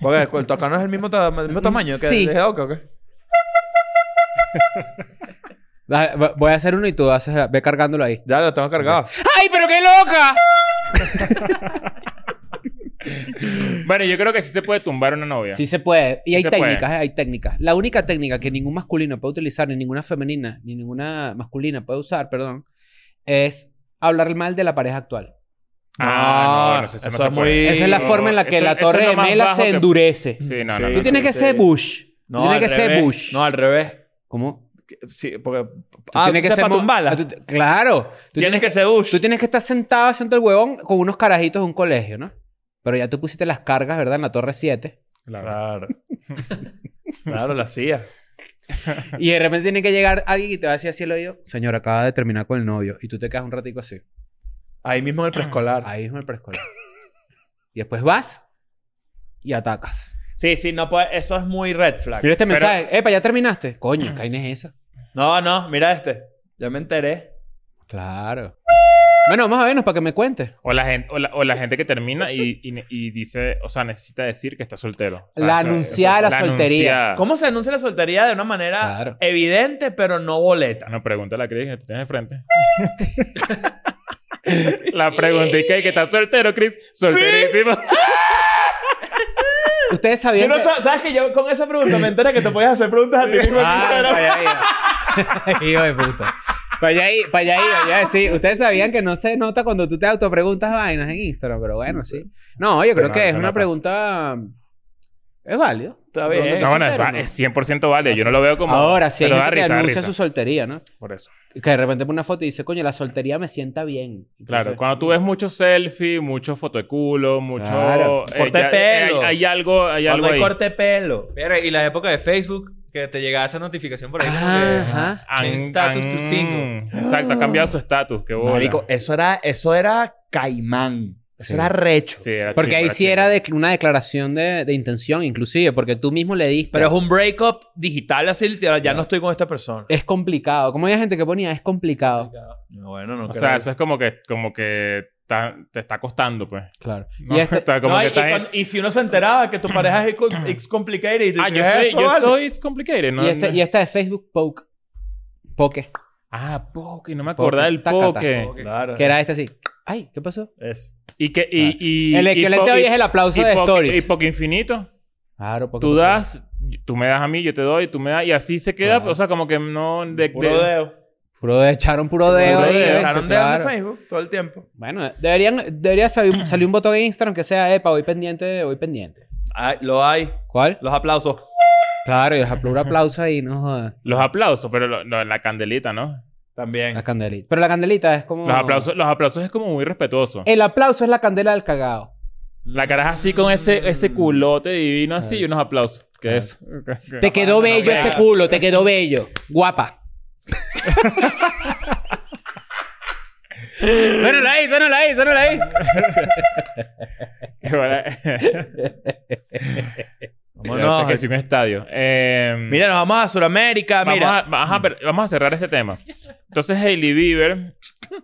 [SPEAKER 1] Porque el tocano es el mismo, ta- el mismo tamaño que
[SPEAKER 2] Sí.
[SPEAKER 1] el de Oca, ¿o qué?
[SPEAKER 2] Dale, va- Voy a hacer uno y tú haces, la- ve cargándolo ahí.
[SPEAKER 1] Ya lo tengo cargado.
[SPEAKER 2] ¡Ay, pero qué loca!
[SPEAKER 3] Bueno, yo creo que sí se puede tumbar una novia.
[SPEAKER 2] Sí se puede. Y
[SPEAKER 3] Sí
[SPEAKER 2] hay
[SPEAKER 3] se
[SPEAKER 2] técnicas,
[SPEAKER 3] puede.
[SPEAKER 2] eh, hay técnicas. La única técnica que ningún masculino puede utilizar, ni ninguna femenina, ni ninguna masculina puede usar, perdón, es hablar mal de la pareja actual.
[SPEAKER 3] Ah, no, no sé, eso,
[SPEAKER 1] eso
[SPEAKER 3] no se
[SPEAKER 1] es muy-
[SPEAKER 3] puede.
[SPEAKER 2] Esa es la
[SPEAKER 3] No,
[SPEAKER 2] forma en la que
[SPEAKER 3] eso-
[SPEAKER 2] la
[SPEAKER 3] eso es
[SPEAKER 2] torre
[SPEAKER 3] lo más
[SPEAKER 2] gemela
[SPEAKER 3] bajo
[SPEAKER 2] se
[SPEAKER 3] que-
[SPEAKER 2] endurece.
[SPEAKER 3] Sí, no,
[SPEAKER 1] Sí,
[SPEAKER 3] no.
[SPEAKER 2] Tú
[SPEAKER 3] no.
[SPEAKER 2] tienes que
[SPEAKER 1] sí.
[SPEAKER 2] ser Bush.
[SPEAKER 1] No,
[SPEAKER 2] Tú
[SPEAKER 1] al
[SPEAKER 2] tienes que ser
[SPEAKER 1] revés.
[SPEAKER 2] Bush.
[SPEAKER 1] No, al revés.
[SPEAKER 2] ¿Cómo?
[SPEAKER 1] Sí, porque.
[SPEAKER 2] Tú
[SPEAKER 1] Ah,
[SPEAKER 2] tienes que ser
[SPEAKER 1] para
[SPEAKER 2] mo-
[SPEAKER 1] tumbarla.
[SPEAKER 2] Ah, tú te- Claro. Tú
[SPEAKER 1] tienes que ser Bush.
[SPEAKER 2] Tú tienes que estar sentado haciendo el huevón con unos carajitos de un colegio, ¿no? Pero ya tú pusiste las cargas, ¿verdad? En la torre 7.
[SPEAKER 3] Claro.
[SPEAKER 1] Claro. claro, la hacía.
[SPEAKER 2] Y de repente tiene que llegar alguien y te va a decir así el oído. Señor, acaba de terminar con el novio. Y tú te quedas un ratico así.
[SPEAKER 1] Ahí mismo en el preescolar.
[SPEAKER 2] Ahí es el preescolar. y después vas y atacas.
[SPEAKER 1] Sí, sí, no puede. Eso es muy red
[SPEAKER 2] Mira
[SPEAKER 1] flag.
[SPEAKER 2] este
[SPEAKER 3] Pero-
[SPEAKER 2] mensaje. Epa, ¿ya terminaste? Coño, ¿qué vaina es esa?
[SPEAKER 1] No, no, mira este. Ya me enteré.
[SPEAKER 2] Claro. Bueno, más o menos para que me cuentes.
[SPEAKER 3] O la, gente, o, la, o la gente que termina y, y, y dice, o sea, necesita decir que está soltero. O sea,
[SPEAKER 2] La
[SPEAKER 3] eso-
[SPEAKER 2] anunciada de la soltería.
[SPEAKER 3] anunciada.
[SPEAKER 1] ¿Cómo se anuncia la soltería de una manera
[SPEAKER 3] Ah.
[SPEAKER 2] Claro.
[SPEAKER 1] evidente, pero no boleta?
[SPEAKER 3] No, pregúntale a Chris que tú tienes enfrente. la pregunta y que, que está soltero, Chris. Solterísimo.
[SPEAKER 2] Ustedes
[SPEAKER 1] Yo
[SPEAKER 2] sabían.
[SPEAKER 1] no
[SPEAKER 2] que-
[SPEAKER 1] sab- ¿Sabes que yo con
[SPEAKER 3] Ah,
[SPEAKER 1] esa pregunta me entera que te podías hacer preguntas a ti mismo? en
[SPEAKER 2] Ah,
[SPEAKER 1] Instagram?
[SPEAKER 2] vaya, vaya. Hijo de puta. Para allá iba, para allá iba, yo iba a decir, ustedes sabían que no se nota cuando tú te autopreguntas vainas en Instagram, pero bueno, sí. No, yo
[SPEAKER 3] Se
[SPEAKER 2] creo
[SPEAKER 3] nota,
[SPEAKER 2] que es
[SPEAKER 3] se
[SPEAKER 2] una
[SPEAKER 3] nota.
[SPEAKER 2] pregunta... Es válido.
[SPEAKER 1] Está bien.
[SPEAKER 3] No, bueno, es,
[SPEAKER 2] soltero,
[SPEAKER 3] va-
[SPEAKER 2] ¿no?
[SPEAKER 3] es 100% vale. Yo no lo veo como...
[SPEAKER 2] Ahora, sí hay
[SPEAKER 3] pero da
[SPEAKER 2] gente que
[SPEAKER 3] risa, da
[SPEAKER 2] anuncia
[SPEAKER 3] risa.
[SPEAKER 2] su soltería, ¿no?
[SPEAKER 3] Por eso.
[SPEAKER 2] Que de repente pone una foto y dice, coño, la soltería me sienta bien. Entonces,
[SPEAKER 3] Claro, cuando tú ves mucho selfie, mucho foto de culo, mucho... eh,
[SPEAKER 2] Claro.
[SPEAKER 1] Corte
[SPEAKER 3] ya-
[SPEAKER 1] pelo.
[SPEAKER 3] Hay, hay algo, hay
[SPEAKER 1] Cuando
[SPEAKER 3] algo
[SPEAKER 1] hay
[SPEAKER 3] ahí.
[SPEAKER 1] corte de pelo.
[SPEAKER 5] Verga, y la época de Facebook, que te llegaba esa notificación por ahí. como que,
[SPEAKER 2] Ajá.
[SPEAKER 5] Change status to single.
[SPEAKER 3] Exacto, ha cambiado su estatus. Qué bola.
[SPEAKER 1] Marico, eso era, eso era caimán. Eso
[SPEAKER 2] Sí.
[SPEAKER 1] era recho.
[SPEAKER 3] Sí, era
[SPEAKER 2] Porque
[SPEAKER 3] chico,
[SPEAKER 2] ahí sí era
[SPEAKER 3] chico.
[SPEAKER 2] de- una declaración de, de intención, inclusive, porque tú mismo le diste.
[SPEAKER 1] Pero es un breakup digital así, literal, ya no estoy con esta persona.
[SPEAKER 2] es complicado. Como había gente que ponía, es complicado.
[SPEAKER 1] Bueno, no
[SPEAKER 3] O
[SPEAKER 1] creo.
[SPEAKER 3] sea, eso es como que, como que ta- te está costando, pues.
[SPEAKER 2] Claro.
[SPEAKER 3] No,
[SPEAKER 2] Y este-
[SPEAKER 3] está como
[SPEAKER 1] No,
[SPEAKER 3] que
[SPEAKER 1] y,
[SPEAKER 3] estás
[SPEAKER 1] y
[SPEAKER 3] en-
[SPEAKER 1] cuando- y si uno se enteraba que tu pareja es co- it's complicated y tú
[SPEAKER 3] Ah, yo
[SPEAKER 1] dices,
[SPEAKER 3] soy,
[SPEAKER 1] "Eso
[SPEAKER 3] yo
[SPEAKER 1] vale".
[SPEAKER 3] soy it's complicated, ¿no?
[SPEAKER 2] y, esta, y este- esta de Facebook, Poke. Poke.
[SPEAKER 3] Ah, poke, no me acordaba del
[SPEAKER 2] Taca, taca.
[SPEAKER 3] poke.
[SPEAKER 5] Ok.
[SPEAKER 1] Claro.
[SPEAKER 2] Que era este así. Ay, ¿qué pasó?
[SPEAKER 1] Es.
[SPEAKER 3] Y que, y, y,
[SPEAKER 2] Ah. el
[SPEAKER 3] y
[SPEAKER 2] equivalente
[SPEAKER 3] poke-
[SPEAKER 2] hoy es el aplauso
[SPEAKER 3] y
[SPEAKER 2] de
[SPEAKER 3] poke-
[SPEAKER 2] Stories.
[SPEAKER 3] Y poke infinito.
[SPEAKER 2] claro, Poke.
[SPEAKER 3] Tú
[SPEAKER 2] Poke.
[SPEAKER 3] das, tú me das a mí, yo te doy, tú me das, y así se queda.
[SPEAKER 2] Claro.
[SPEAKER 3] O sea, como que no. De,
[SPEAKER 1] Puro
[SPEAKER 3] de-
[SPEAKER 1] dedo.
[SPEAKER 2] Puro de, echaron puro dedo.
[SPEAKER 1] Puro
[SPEAKER 2] ahí,
[SPEAKER 1] dedo.
[SPEAKER 2] ¿viste?
[SPEAKER 1] Echaron dedo
[SPEAKER 2] Claro.
[SPEAKER 1] de Facebook todo el tiempo.
[SPEAKER 2] Bueno, deberían, debería salir, salir un botón en Instagram que sea, epa, hoy pendiente, hoy pendiente.
[SPEAKER 1] Ay, lo hay.
[SPEAKER 2] ¿Cuál?
[SPEAKER 1] Los aplausos.
[SPEAKER 2] Claro, y dejar un aplauso ahí, no jodas.
[SPEAKER 3] los aplausos, pero lo- lo- la candelita, ¿no?
[SPEAKER 1] También.
[SPEAKER 3] Ah,
[SPEAKER 2] La candelita. Pero la candelita es como.
[SPEAKER 3] Los aplausos, los aplausos es como muy respetuoso.
[SPEAKER 2] El aplauso es la candela del cagao.
[SPEAKER 3] La cara es así con ese, ese culote divino
[SPEAKER 2] Ah.
[SPEAKER 3] así y unos aplausos. ¿Qué es?
[SPEAKER 2] Te quedó bello
[SPEAKER 1] venga.
[SPEAKER 2] ese culo, te quedó bello. Guapa. suénala ahí, suénala ahí, suénala ahí.
[SPEAKER 1] Vámonos.
[SPEAKER 3] que sí, un estadio. Eh,
[SPEAKER 1] Mira, nos vamos a Sudamérica.
[SPEAKER 3] vamos,
[SPEAKER 1] Ah, Mira.
[SPEAKER 3] A, vamos a per- vamos a cerrar este tema. Entonces, Hailey Bieber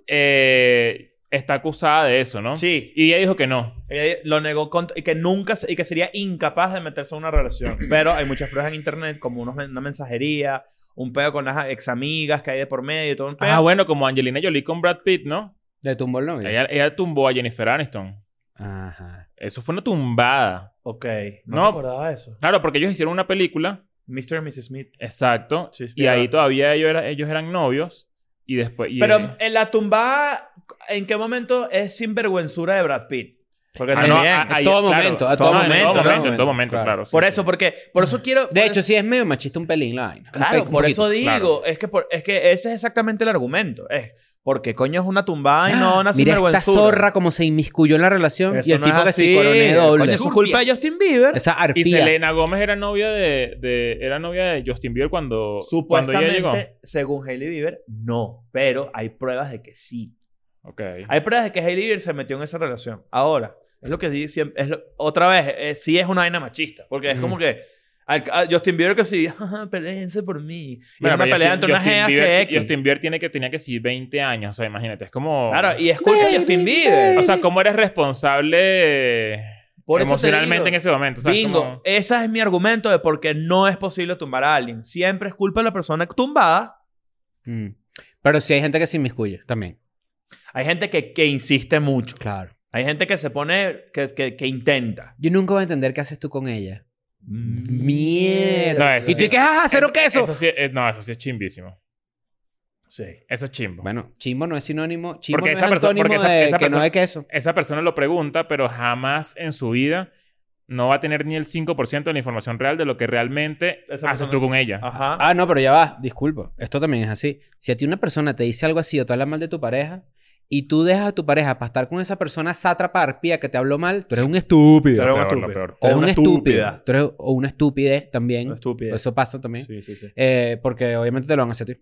[SPEAKER 3] eh, está acusada de eso, ¿no?
[SPEAKER 1] Sí.
[SPEAKER 3] Y ella dijo que no.
[SPEAKER 1] Ella lo negó con- y que nunca se- y que sería incapaz de meterse en una relación. Pero hay muchas pruebas en internet, como unos men- una mensajería, un pedo con las ex amigas que hay de por medio y todo un pedo.
[SPEAKER 3] Ah, bueno, como Angelina Jolie con Brad Pitt, ¿no?
[SPEAKER 2] Le tumbó el novio.
[SPEAKER 3] Ella, ella tumbó a Jennifer Aniston.
[SPEAKER 2] Ajá.
[SPEAKER 3] Eso fue una tumbada.
[SPEAKER 1] Ok. No,
[SPEAKER 3] No.
[SPEAKER 1] me acordaba de eso.
[SPEAKER 3] Claro, porque ellos hicieron una película.
[SPEAKER 1] Mr. y Mrs. Smith.
[SPEAKER 3] Exacto.
[SPEAKER 1] Sí, es
[SPEAKER 3] y ahí
[SPEAKER 1] verdad.
[SPEAKER 3] todavía ellos, era- ellos eran novios. Y después... y- eh,
[SPEAKER 1] Pero en la tumbada, ¿en qué momento es sinvergüenzura de Brad Pitt? Porque
[SPEAKER 3] Ah, no,
[SPEAKER 1] también.
[SPEAKER 3] ah, ah,
[SPEAKER 2] En
[SPEAKER 3] ya,
[SPEAKER 2] todo
[SPEAKER 3] claro.
[SPEAKER 2] momento, a
[SPEAKER 3] No,
[SPEAKER 2] todo
[SPEAKER 3] en
[SPEAKER 1] momento,
[SPEAKER 3] todo
[SPEAKER 1] ¿no?
[SPEAKER 3] momento, en todo momento,
[SPEAKER 2] Claro.
[SPEAKER 3] claro. sí,
[SPEAKER 1] por
[SPEAKER 3] sí.
[SPEAKER 1] eso, porque por eso quiero.
[SPEAKER 2] De
[SPEAKER 1] por
[SPEAKER 2] hecho,
[SPEAKER 1] eso-
[SPEAKER 2] sí es medio machista un pelín, la vaina.
[SPEAKER 1] Pues- Claro,
[SPEAKER 2] Un
[SPEAKER 1] por
[SPEAKER 2] poquito.
[SPEAKER 1] eso digo,
[SPEAKER 3] claro.
[SPEAKER 1] es que por- es que ese es exactamente el argumento. Es porque coño es una tumbada y no una
[SPEAKER 2] Ah, Mira esta
[SPEAKER 1] sinvergüenzura.
[SPEAKER 2] zorra como se inmiscuyó en la relación
[SPEAKER 1] Eso
[SPEAKER 2] y el
[SPEAKER 1] no
[SPEAKER 2] tipo
[SPEAKER 1] es
[SPEAKER 2] que
[SPEAKER 1] así.
[SPEAKER 2] sí coroné doble.
[SPEAKER 1] Coño, eso es culpa de Justin Bieber.
[SPEAKER 2] Esa arpía.
[SPEAKER 3] Y Selena Gómez era novia de, de- era novia de Justin Bieber cuando, cuando ella llegó.
[SPEAKER 1] Supuestamente, según Hailey Bieber, no. Pero hay pruebas de que sí.
[SPEAKER 3] Ok.
[SPEAKER 1] Hay pruebas de que Hailey Bieber se metió en esa relación. Ahora, es lo que sí siempre. Es lo- otra vez, eh, sí es una vaina machista. Porque es
[SPEAKER 2] Ujú.
[SPEAKER 1] como que. al- a Justin Bieber que sí, "Ajá, peleense por mí. Y
[SPEAKER 3] Bueno,
[SPEAKER 1] es una
[SPEAKER 3] pero
[SPEAKER 1] pelea
[SPEAKER 3] Justin-
[SPEAKER 1] entre unas
[SPEAKER 3] Justin
[SPEAKER 1] geas
[SPEAKER 3] Bieber-
[SPEAKER 1] que X.
[SPEAKER 3] Justin Bieber tiene que, tenía que sí 20 años, o sea, imagínate, es como...
[SPEAKER 1] Claro, y es culpa de Justin Bieber.
[SPEAKER 3] O sea, ¿cómo eres responsable
[SPEAKER 1] Por eso te
[SPEAKER 3] emocionalmente
[SPEAKER 1] digo.
[SPEAKER 3] en ese momento? O sea,
[SPEAKER 1] Bingo,
[SPEAKER 3] como-
[SPEAKER 1] ese es mi argumento de por qué no es posible tumbar a alguien. Siempre es culpa de la persona tumbada.
[SPEAKER 2] Mm. Pero sí hay gente que se inmiscuye también.
[SPEAKER 1] Hay gente que, que insiste mucho.
[SPEAKER 2] Claro.
[SPEAKER 1] Hay gente que se pone, que, que, que intenta.
[SPEAKER 2] Yo nunca voy a entender qué haces tú con ella.
[SPEAKER 1] Mierda.
[SPEAKER 3] No, eso
[SPEAKER 2] y tú
[SPEAKER 3] sí.
[SPEAKER 2] que, ah, cero queso.
[SPEAKER 3] Eso sí es- no, eso sí es chimbísimo.
[SPEAKER 1] Sí.
[SPEAKER 3] Eso es chimbo.
[SPEAKER 2] Bueno, chimbo no es sinónimo. Chimbo
[SPEAKER 3] Porque
[SPEAKER 2] no
[SPEAKER 3] esa
[SPEAKER 2] es
[SPEAKER 3] perso-
[SPEAKER 2] antónimo
[SPEAKER 3] porque esa-
[SPEAKER 2] de
[SPEAKER 3] esa
[SPEAKER 2] que no
[SPEAKER 3] persona-
[SPEAKER 2] hay queso.
[SPEAKER 3] Esa persona lo pregunta, pero jamás en su vida no va a tener ni el 5% de la información real de lo que realmente
[SPEAKER 1] Esa
[SPEAKER 3] haces
[SPEAKER 1] persona-
[SPEAKER 3] tú con ella.
[SPEAKER 1] Ajá.
[SPEAKER 2] Ah, no, pero ya va. Disculpa. Esto también es así. Si a ti una persona te dice algo así o te habla mal de tu pareja y tú dejas a tu pareja para estar con esa persona sátrapa arpía que te habló mal, tú eres un estúpido.
[SPEAKER 1] Pero
[SPEAKER 3] lo
[SPEAKER 1] un
[SPEAKER 3] peor, lo
[SPEAKER 1] estúpido.
[SPEAKER 3] peor.
[SPEAKER 2] O
[SPEAKER 1] O
[SPEAKER 2] un
[SPEAKER 1] una
[SPEAKER 2] estúpido. Pues,
[SPEAKER 1] estúpida.
[SPEAKER 2] Tú eres- O una estupidez también.
[SPEAKER 1] Una estúpida.
[SPEAKER 2] Eso pasa también.
[SPEAKER 1] Sí, sí, sí.
[SPEAKER 2] Eh, porque obviamente te lo van a hacer a ti.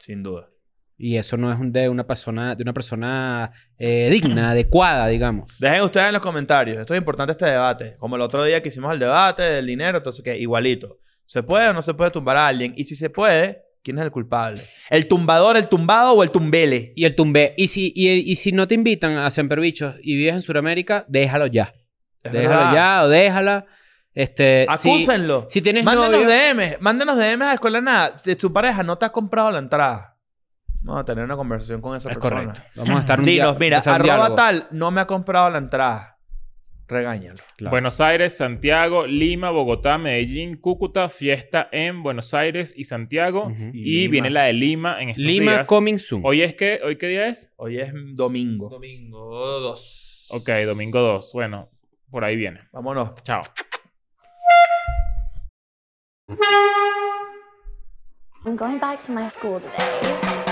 [SPEAKER 1] Sin duda.
[SPEAKER 2] Y eso no es un- de una persona, de una persona eh, digna, adecuada, digamos.
[SPEAKER 1] Dejen ustedes en los comentarios. Esto es importante este debate. Como el otro día que hicimos el debate del dinero, entonces que igualito. ¿Se puede o no se puede tumbar a alguien? Y si se puede, ¿quién es el culpable? ¿El tumbador, el tumbado o el tumbele?
[SPEAKER 2] Y el tumbé. Y si, y, y si no te invitan a Semperbichos y vives en Sudamérica, déjalo ya.
[SPEAKER 1] Es
[SPEAKER 2] déjalo
[SPEAKER 1] verdad.
[SPEAKER 2] ya o déjala. Este, si-
[SPEAKER 1] Acúsenlo.
[SPEAKER 2] Si, tienes
[SPEAKER 1] Mándenos
[SPEAKER 2] novio...
[SPEAKER 1] DMs. Mándenos DMs a Escuela de Nada. Si tu pareja no te ha comprado la entrada, vamos a tener una conversación con esa
[SPEAKER 2] Es
[SPEAKER 1] persona.
[SPEAKER 2] correcto. Vamos a estar un
[SPEAKER 1] Dinos,
[SPEAKER 2] diálogo,
[SPEAKER 1] mira,
[SPEAKER 2] hacer un
[SPEAKER 1] arroba
[SPEAKER 2] diálogo.
[SPEAKER 1] tal no me ha comprado la entrada. Regáñalo.
[SPEAKER 3] Buenos Aires, Santiago, Lima, Bogotá, Medellín, Cúcuta, fiesta en Buenos Aires y Santiago.
[SPEAKER 2] Ujú.
[SPEAKER 1] Y
[SPEAKER 3] Y
[SPEAKER 1] Lima.
[SPEAKER 3] viene la de Lima en estos
[SPEAKER 2] Lima
[SPEAKER 3] días.
[SPEAKER 2] coming soon.
[SPEAKER 3] Hoy es que, ¿hoy qué día es?
[SPEAKER 1] Hoy es domingo.
[SPEAKER 5] Domingo 2.
[SPEAKER 3] Ok, domingo 2. Bueno, por ahí viene.
[SPEAKER 1] Vámonos.
[SPEAKER 3] Chao.
[SPEAKER 7] I'm going back to my school today.